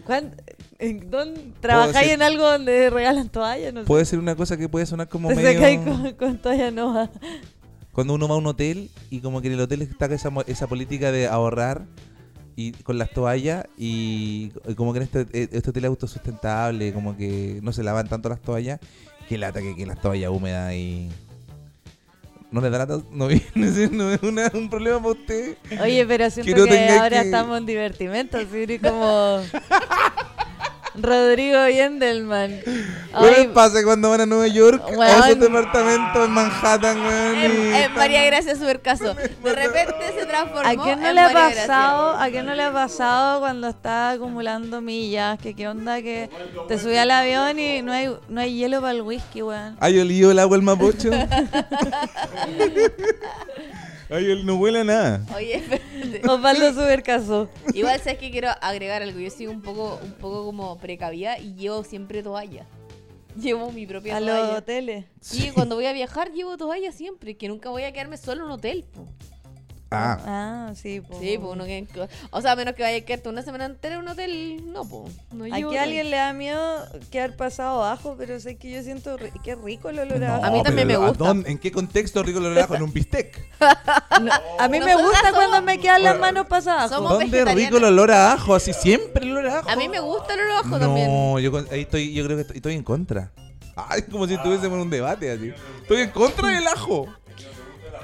¿Cuán- en dónde- ¿Trabajáis decir- en algo donde regalan toallas? No sé. Puede ser una cosa que puede sonar como Te secáis medio... con, con toalla nueva. Cuando uno va a un hotel y como que en el hotel está esa, mo- esa política de ahorrar y con las toallas y y como que en este, eh, este hotel es autosustentable, como que no se lavan tanto las toallas, que lata que, que las toallas húmedas y... No le dará tan- no, no sé, no es una- un problema para usted. Oye, pero siento Que no que, tengáis ahora que- estamos en divertimento, así como... Rodrigo Yendelman. ¿Qué Ay, les pasa cuando van a Nueva York? a Weón. esos departamentos en Manhattan, weón, y en, en están- María Gracia Supercaso. De repente se transformó ¿A quién no en le ha María Gracia. pasado? ¿A quién no le ha pasado cuando está acumulando millas? Que qué onda que te subí al avión y no hay, no hay hielo para el whisky, weón. ¿Hay olido el agua el mapocho? Ay, él no huele a nada. Oye, espérate. Osvaldo Subercaso. Igual sabes que quiero agregar algo. Yo soy un poco, un poco como precavida y llevo siempre toalla. Llevo mi propia A los toalla. hoteles. Sí, cuando voy a viajar llevo toalla siempre, que nunca voy a quedarme solo en un hotel. po. Ah, Ah, sí, po. Sí, pues uno que... O sea, a menos que vaya a quedarte una semana entera en un hotel, no, pues. No llevo Aquí toalla. a alguien le da miedo quedar pasado abajo, pero sé que yo siento ri- que rico el olor a no, abajo. A mí también pero me ¿a gusta. dónde- ¿En qué contexto rico el ajo? En un bistec. A mí me Nosotras gusta somos- cuando me quedan las manos pasadas. Somos- ¿Dónde vegetarianas. rico el olor a ajo? Así siempre el olor a ajo. A mí me gusta el olor a ajo también. No, yo, con- ahí estoy, yo creo que estoy, estoy en contra. Ay, como si estuviésemos en un debate así. Estoy en contra del ajo.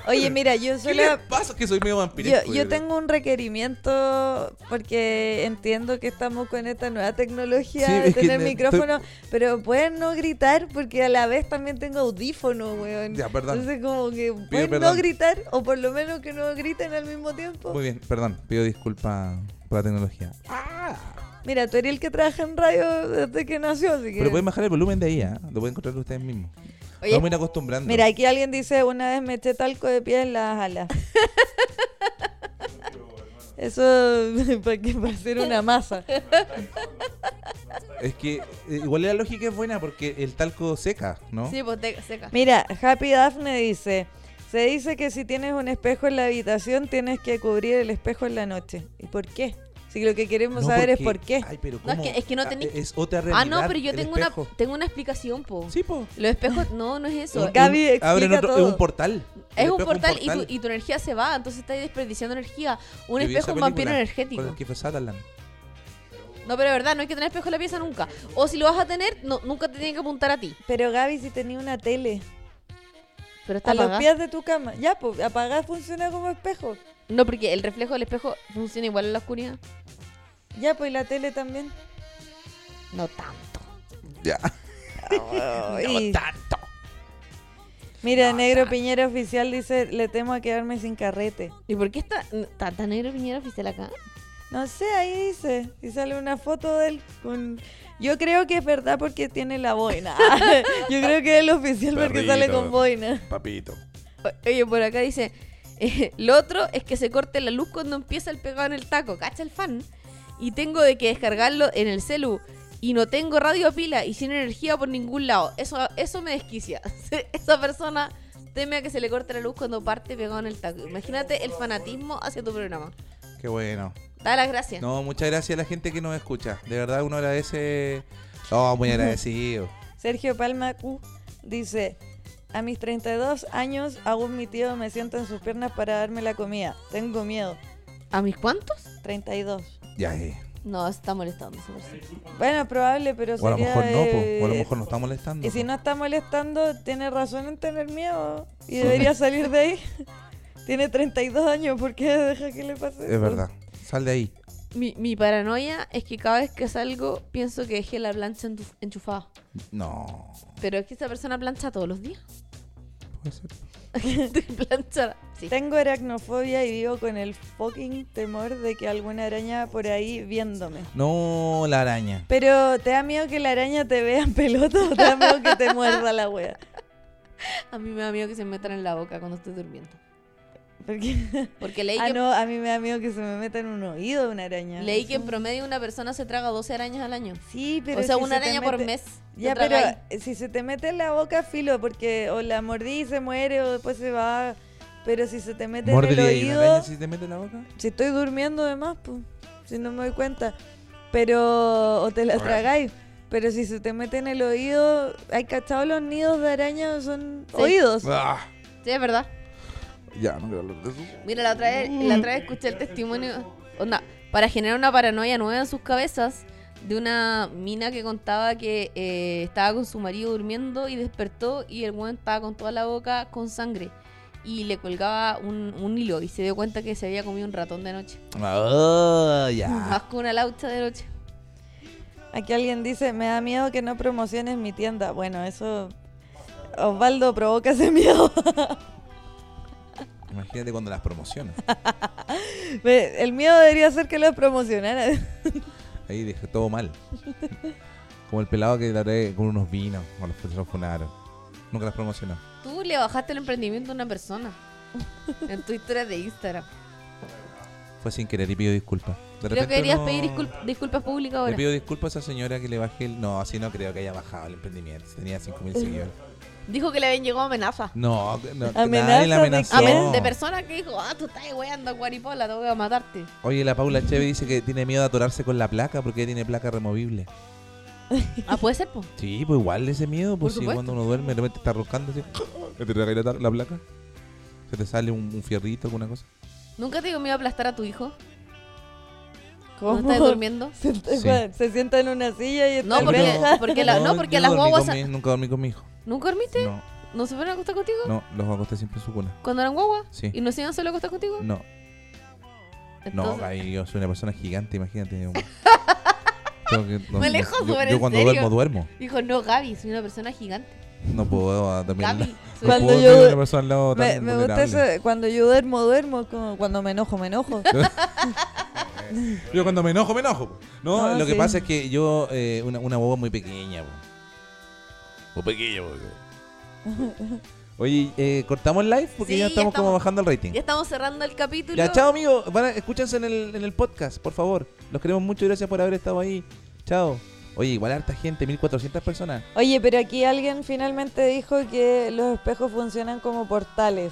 Oye, mira, yo ¿Qué soy le la... pasa? Que soy medio Yo, vampiro. yo tengo un requerimiento porque entiendo que estamos con esta nueva tecnología Sí, de es que tener ne- micrófono, pero pueden no gritar porque a la vez también tengo audífono, weón. Ya, perdón. Entonces como que pueden no perdón. gritar o por lo menos que no griten al mismo tiempo. Muy bien, perdón, pido disculpas por la tecnología. Ah, Mira, tú eres el que trabaja en radio desde que nació, así que... Pero pueden bajar el volumen de ahí, ¿ah? Lo pueden encontrar ustedes mismos. Oye, Vamos a ir acostumbrando. Mira, aquí alguien dice, una vez me eché talco de pie en las alas. Eso para que para hacer una masa. Es que eh, igual la lógica es buena porque el talco seca, ¿no? Sí, pues te- seca. Mira, Happy Daphne dice, se dice que si tienes un espejo en la habitación tienes que cubrir el espejo en la noche. ¿Y por qué? Si lo que queremos No, saber es porque- por qué. Ay, pero No, es ¿cómo? que- es que no Ah, tenés- Es otra realidad. Ah, no, pero yo el tengo una, espejo. tengo una explicación, po. Sí, po. Los espejos, no, no es eso. Un- Gaby Un- abren explica otro- todo. Es un portal. El Es espejo un portal, Y, tu, y tu energía se va, entonces estás desperdiciando energía. Un Yo vi esa espejo es un vampiro película energético. Con el Kiefer Sutherland. No, pero es verdad, no hay que tener espejo en la pieza nunca. O si lo vas a tener, no, nunca te tienen que apuntar a ti. Pero Gaby, si tenía una tele Pero está a los apagada. pies de tu cama, ya, pues apagar funciona como espejo. No, porque el reflejo del espejo funciona igual en la oscuridad. Ya, pues y la tele también. No tanto. Ya. Y- tanto. Mira, Negro Piñera Oficial dice, le temo a quedarme sin carrete. ¿Y por qué está, está tan negro Piñera oficial acá? No sé, ahí dice. Y sale una foto de él con... Yo creo que es verdad porque tiene la boina. Yo creo que es el oficial porque Perrito. sale con boina. Papito. O- Oye, por acá dice, eh, lo otro es que se corte la luz cuando empieza el pegado en el taco, cacha el fan. Y tengo de que descargarlo en el celu. Y no tengo radio a pila y sin energía por ningún lado. Eso, eso me desquicia. Esa persona teme a que se le corte la luz cuando parte pegado en el taco. Imagínate el fanatismo hacia tu programa. Qué bueno. Da las gracias. No, muchas gracias a la gente que nos escucha. De verdad, uno agradece. Oh, muy agradecido. Sergio Palma Q dice, a mis 32 años aún mi tío me sienta en sus piernas para darme la comida. Tengo miedo. ¿A mis cuántos? 32. ya, eh. No, está molestando esa persona. Bueno, probable, pero O a lo sería, mejor no, po. eh, O a lo mejor nos está molestando. Y si no está molestando, tiene razón en tener miedo. Y Sí. debería salir de ahí. tiene 32 años, ¿por qué deja que le pase Es eso? verdad. Sal de ahí. Mi, mi paranoia es que cada vez que salgo pienso que dejé la plancha entu- enchufada. No. Pero es que esa persona plancha todos los días. Puede ser. plancha. Sí. Tengo aracnofobia y vivo con el fucking temor de que alguna araña por ahí viéndome. No, la araña. Pero ¿te da miedo que la araña te vea en pelota o te da miedo que te muerda la wea? A mí me da miedo que se me metan en la boca cuando estoy durmiendo. Porque Porque leí, ah, que, no, a mí me da miedo que se me meta en un oído una araña. leí que en Sí. promedio una persona se traga 12 arañas al año. Sí, Ah. pero o sea, si una se te araña por mete- mes. te Ya, pero tragáis. eh, si se te mete en la boca, filo, porque o la mordí y se muere o después se va. Pero si se te mete en el ¿Mordería ahí una oído, araña si te mete en la boca? si estoy durmiendo de más, pues, si no me doy cuenta. Pero, o te la tragáis. Pero si se te mete en el oído, hay cachado los nidos de araña, son Sí. oídos. Ah, Sí, es verdad. ya, no quiero hablar de eso. Mira, la otra vez, la otra vez escuché el testimonio. Onda, para generar una paranoia nueva en sus cabezas, de una mina que contaba que eh, estaba con su marido durmiendo y despertó y el weón estaba con toda la boca con sangre. Y le colgaba un, un hilo y se dio cuenta que se había comido un ratón de noche. Ah, Más ya. con una laucha de noche. Aquí alguien dice, me da miedo que no promociones mi tienda. Bueno, eso... Osvaldo provoca ese miedo. Imagínate cuando las promociones. Ve, el miedo debería ser que lo promocionara. Ahí dije todo mal. Como el pelado que daré con unos vinos, con los que se los funaron. Nunca las promocionó. Tú le bajaste el emprendimiento a una persona. En tu historia de Instagram. Fue sin querer y pido disculpas. De Creo que repente deberías uno- pedir discul- disculpas públicas Le ahora. pido disculpas a esa señora que le bajé el... No, así no creo que haya bajado el emprendimiento. Si Tenía 5.000 seguidores. Dijo que le habían llegado amenazas. No, no ¿Amenazas nadie la de amenazó. quién? Amen- De personas que dijo, ah, tú estás weando, guaripola, tengo que matarte. Oye, la Paula Cheve dice que tiene miedo de atorarse con la placa porque tiene placa removible. Ah, puede ser, po. Sí, pues igual ese miedo, Por pues si supuesto. cuando uno duerme de repente está roscando así. Se te recae la, la placa. Se te sale un, un fierrito, alguna cosa. Nunca te digo me iba a aplastar a tu hijo. ¿Cómo? Oh. ¿No estás durmiendo? Se, Sí. se sienta en una silla y está No, el porque- Benja. porque la- no, porque yo las dormí guaguas con sa- mi- Nunca dormí con mi hijo. ¿Nunca dormiste? No, ¿No se fueron a acostar contigo? no, los acosté siempre en su cuna. ¿Cuando eran guagua? Sí. ¿Y no se iban solo a acostar contigo? No, no, Entonces- ahí yo soy una persona gigante, imagínate. un- Tengo que dormir. Me alejo yo, súper yo en cuando serio. duermo, duermo. Dijo, no, Gaby, soy una persona gigante. No puedo ah, dormir. al Gaby, lado- soy- No Cuando puedo yo- tener una persona al lado Me, tan me gusta vulnerable. eso, cuando yo duermo, duermo, como cuando me enojo, me enojo. Yo cuando me enojo, me enojo. po. No, No, lo que sí. pasa es que yo, eh, una, una boba muy pequeña. po. Muy pequeña, po. Oye, eh, ¿cortamos el live? Porque Sí, ya, ya estamos como estamos. bajando el rating. Ya estamos cerrando el capítulo. Ya, chao, amigos. Van a- escúchense en el, en el podcast, por favor. Los queremos mucho. Gracias por haber estado ahí. Chao. Oye, igual harta gente, 1400 personas. Oye, pero aquí alguien finalmente dijo que los espejos funcionan como portales.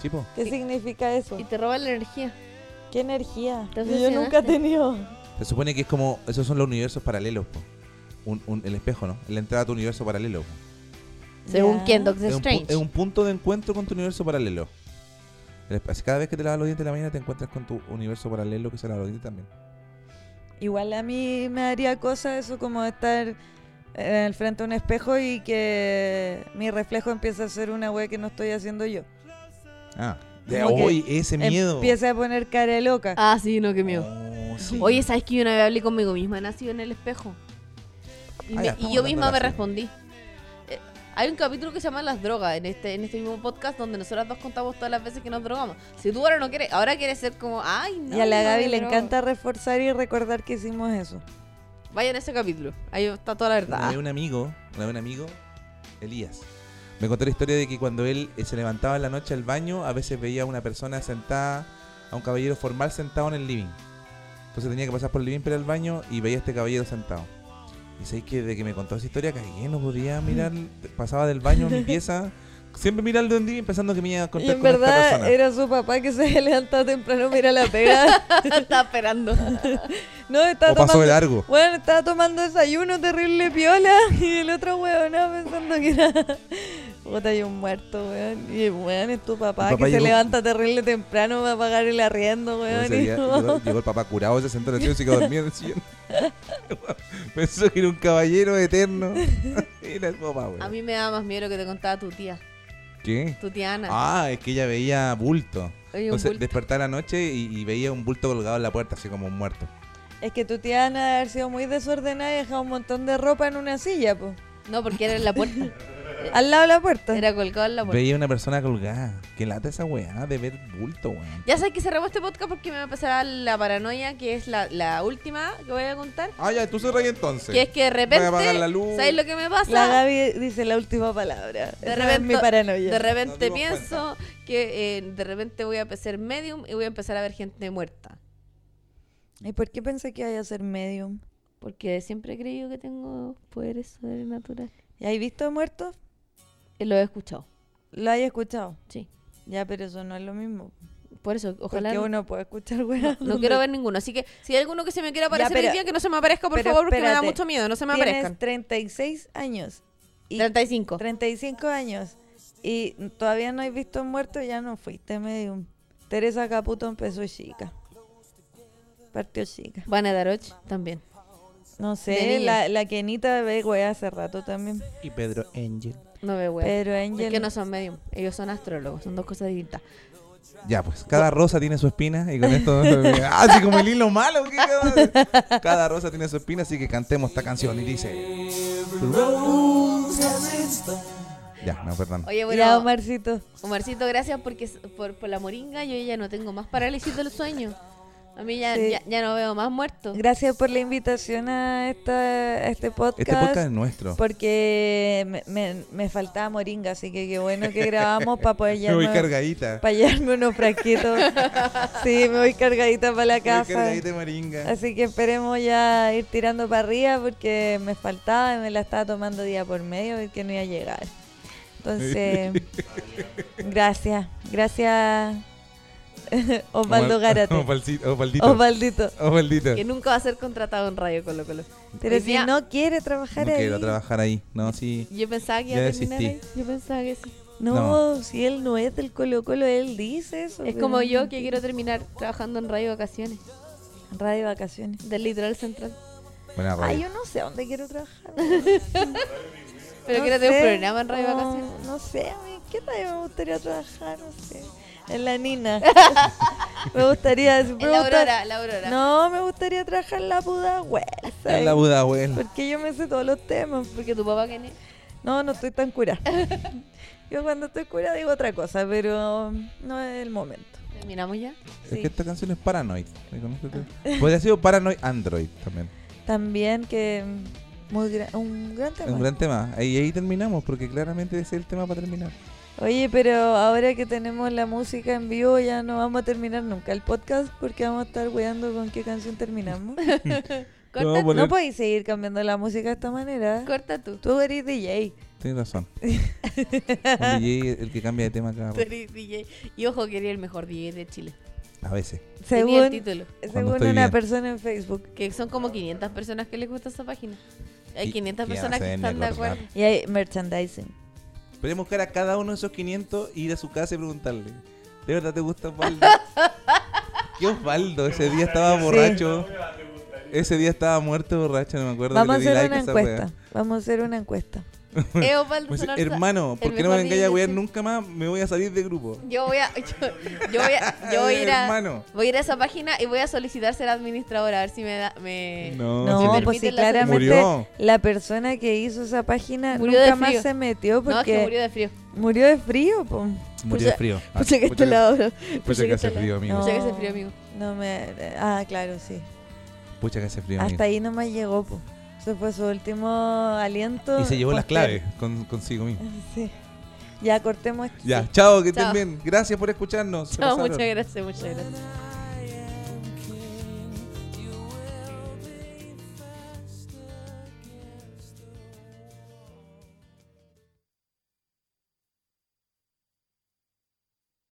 Sí, po. ¿Qué significa eso? Y te roban la energía. ¿Qué energía? Te Que Yo nunca he obsesionaste. tenido. Se supone que es como. Esos son los universos paralelos, po. Un, un- el espejo, ¿no? La entrada a tu universo paralelo. po. Según Ya. quién, Doctor Es un, pu- Strange. es un punto de encuentro con tu universo paralelo. El espe- así cada vez que te lavas los dientes en la mañana te encuentras con tu universo paralelo que se lava los dientes también. Igual a mí me daría cosa eso como estar eh, al frente de un espejo y que mi reflejo empiece a ser una wea que no estoy haciendo yo. Ah. De Como que hoy, ese miedo. Empiece a poner cara de loca. Ah, sí, no, qué miedo. Oh, sí. Oye, ¿sabes que yo una vez hablé conmigo misma? Nací en el espejo. Y, Ah, me- ya, y estamos yo hablando misma de me la- respondí. Eh, hay un capítulo que se llama Las drogas en este, en este mismo podcast donde nosotras dos contamos todas las veces que nos drogamos. Si tú ahora no quieres, ahora quieres ser como, ay, no. y a la no Gaby me le drogo". encanta reforzar y recordar que hicimos eso. Vayan a ese capítulo. Ahí está toda la Una verdad. vez un amigo, una vez un amigo, Elías, me contó la historia de que cuando él eh, se levantaba en la noche al baño, a veces veía a una persona sentada, a un caballero formal sentado en el living. Entonces tenía que pasar por el living para el baño y veía a este caballero sentado. Y sabéis que desde que me contó esa historia cagué, no podía mirar, pasaba del baño a mi pieza, siempre mirando en living pensando que me iba a Y contar en con esta persona. verdad era su papá que se levantaba temprano, mira la pega. Estaba esperando. No, estaba O pasó de tomando, largo. bueno, estaba tomando desayuno terrible piola y el otro weón pensando que era... Puta, hay un muerto, weón. Y weón, es tu papá, El papá que llegó- se levanta terrible temprano para pagar el arriendo, weón. Ese y día no. llegó, llegó el papá curado, se sentó en el sillón y se quedó dormido en el sillón. Pensó que era un caballero eterno. Era el papá, güey. A mí me da más miedo lo que te contaba tu tía, ¿Qué? tu tía Ana. Ah, es que ella veía bulto. Oye, un Entonces bulto. despertaba la noche y, y veía un bulto colgado en la puerta, así como un muerto. Ah, Es que tu tía Ana debe haber sido muy desordenada y dejado un montón de ropa en una silla, po. No, porque era en la puerta. Al lado de la puerta. Era colgado en la puerta. Veía una persona colgada. Qué lata esa weá de ver bulto, weón. Ya sabes que cerramos este podcast porque me va a pasar la paranoia, que es la, la última que voy a contar. Ah, ya, tú se reí entonces. Que es que de repente, Voy a apagar la luz. ¿sabes lo que me pasa? La Gaby dice la última palabra. De Esa es repente- mi paranoia. de Nos repente dimos pienso que eh, de repente voy a ser medium y voy a empezar a ver gente muerta. ¿Y por qué pensé que iba a ser medium? Porque siempre he creído que tengo poderes sobrenaturales. ¿Y has visto muertos? Eh, lo he escuchado, ¿Lo has escuchado? sí. Ya, pero eso no es lo mismo. Por eso, ojalá. Porque No, uno puede escuchar weas. no quiero ver ninguno. Así que si hay alguno que se me quiera aparecer pero- hoy día, que no se me aparezca, por pero favor, porque me da espérate. mucho miedo. No se me Tienes aparezcan. 36 años. Y 35. 35 años. Y todavía no has visto muertos, ya no fuiste medium. Teresa Caputo empezó chica. Partió chica. Van a Daroch también. No De sé, niña. la, la Kenita ve wea hace rato también. Y Pedro Angel. No veo wea. Pero Es Angel. que no son medium, ellos son astrólogos, son dos cosas distintas. Ya, pues, cada rosa tiene su espina y con esto... ah, así como el hilo malo. ¿qué cada- cada rosa tiene su espina, así que cantemos esta canción y dice... Ya, no, perdón. Oye, bueno, Ya, Omarcito. Omarcito, gracias porque s- por, por la moringa yo ya no tengo más parálisis del sueño. A mí ya, Sí. ya, ya no veo más muertos. Gracias por la invitación a, esta, a este podcast. Este podcast es nuestro. Porque me, me- me faltaba moringa, así que qué bueno que grabamos para poder Me voy llevarme, cargadita. para llevarme unos frasquitos. Sí, me voy cargadita para la Me voy casa. cargadita de moringa. Así que esperemos ya ir tirando para arriba porque me faltaba y me la estaba tomando día por medio y que no iba a llegar. Entonces, gracias. Gracias, Osvaldo Garate. Osvaldito. Osvaldito. Osvaldito. Osvaldito. Que nunca va a ser contratado en Radio Colo Colo. Pero Hoy si día- no quiere trabajar No ahí. quiero trabajar ahí. No, sí. Yo pensaba que iba Ya a terminar ahí. desistí. Yo pensaba que sí. No, si él no es del Colo Colo, él dice eso. Es pero- como yo que quiero terminar trabajando en Radio Vacaciones, Radio Vacaciones. del Litoral Central. Buena Ay, radio. yo no sé a dónde quiero trabajar. Pero No quiero tener un sé, programa en Radio no, Vacaciones. No sé, a mí, ¿qué radio me gustaría trabajar? No sé. En la Nina. me gustaría. siempre En la me gusta- Aurora, la Aurora. No, me gustaría trabajar en la Pudahuel. En la Buda, abuela. Porque yo me sé todos los temas. Porque tu papá que ne- No, no estoy tan curada. yo cuando estoy curada digo otra cosa, pero no es el momento. es Terminamos ya. Es Sí. que esta canción es Paranoid. Reconócete. Podría haber sido Paranoid Android también. También que mm, muy gra- un gran Es tema. un gran tema. Ahí, ahí terminamos, porque claramente ese es el tema para terminar. Oye, pero ahora que tenemos la música en vivo ya no vamos a terminar nunca el podcast porque vamos a estar weando con qué canción terminamos. Corta, Vamos a poner- No podéis seguir cambiando la música de esta manera. corta tú. Tú eres DJ. Tienes razón. Un DJ es el que cambia de tema cada Tú eres DJ. Y ojo que eres el mejor DJ de Chile. A veces. Tenía Según, el título. según estoy una bien. persona en Facebook. Que son como 500 personas que les gusta esa página. Hay Y- 500 y ya personas se que deben de están de acordar. acuerdo. Y hay merchandising. Podríamos buscar a cada uno de esos 500, ir a su casa y preguntarle: ¿De verdad te gusta Osvaldo? ¿Qué Osvaldo? Ese día estaba borracho. Ese día estaba muerto borracho, no me acuerdo. Vamos a que le di hacer like una esa wea. encuesta. Vamos a hacer una encuesta. Eh, Osvaldo Me dice, Solorza, Pues, hermano, el ¿por qué no mejor me vengáis a DJ de wear Chile". nunca más? Me voy a salir de grupo. Yo voy a. Yo, yo voy a. Yo voy a ir a. Hermano. Voy a ir a esa página y voy a solicitar ser administradora, a ver si me da. Me... No, No, sí, me pues permite sí, la- claramente Murió. la persona que hizo esa página Murió de nunca más frío. se metió No, es que porque murió de frío. murió de frío. po. Pues Murió de frío. Ah, Pucha que pucha este lado. Pucha que hace frío, amigo. No. Pucha que hace frío, amigo. No me. Ah, claro, sí. Pucha que hace frío, Ah, amigo. Hasta ahí nomás llegó. Po. Ese fue su último aliento. Y se llevó las posterior. claves con- consigo mismo. Sí. Ya cortemos. esto. Ya, chao, que estén Chao. bien. Gracias por escucharnos. Se Chao, pasaron. muchas gracias, muchas gracias.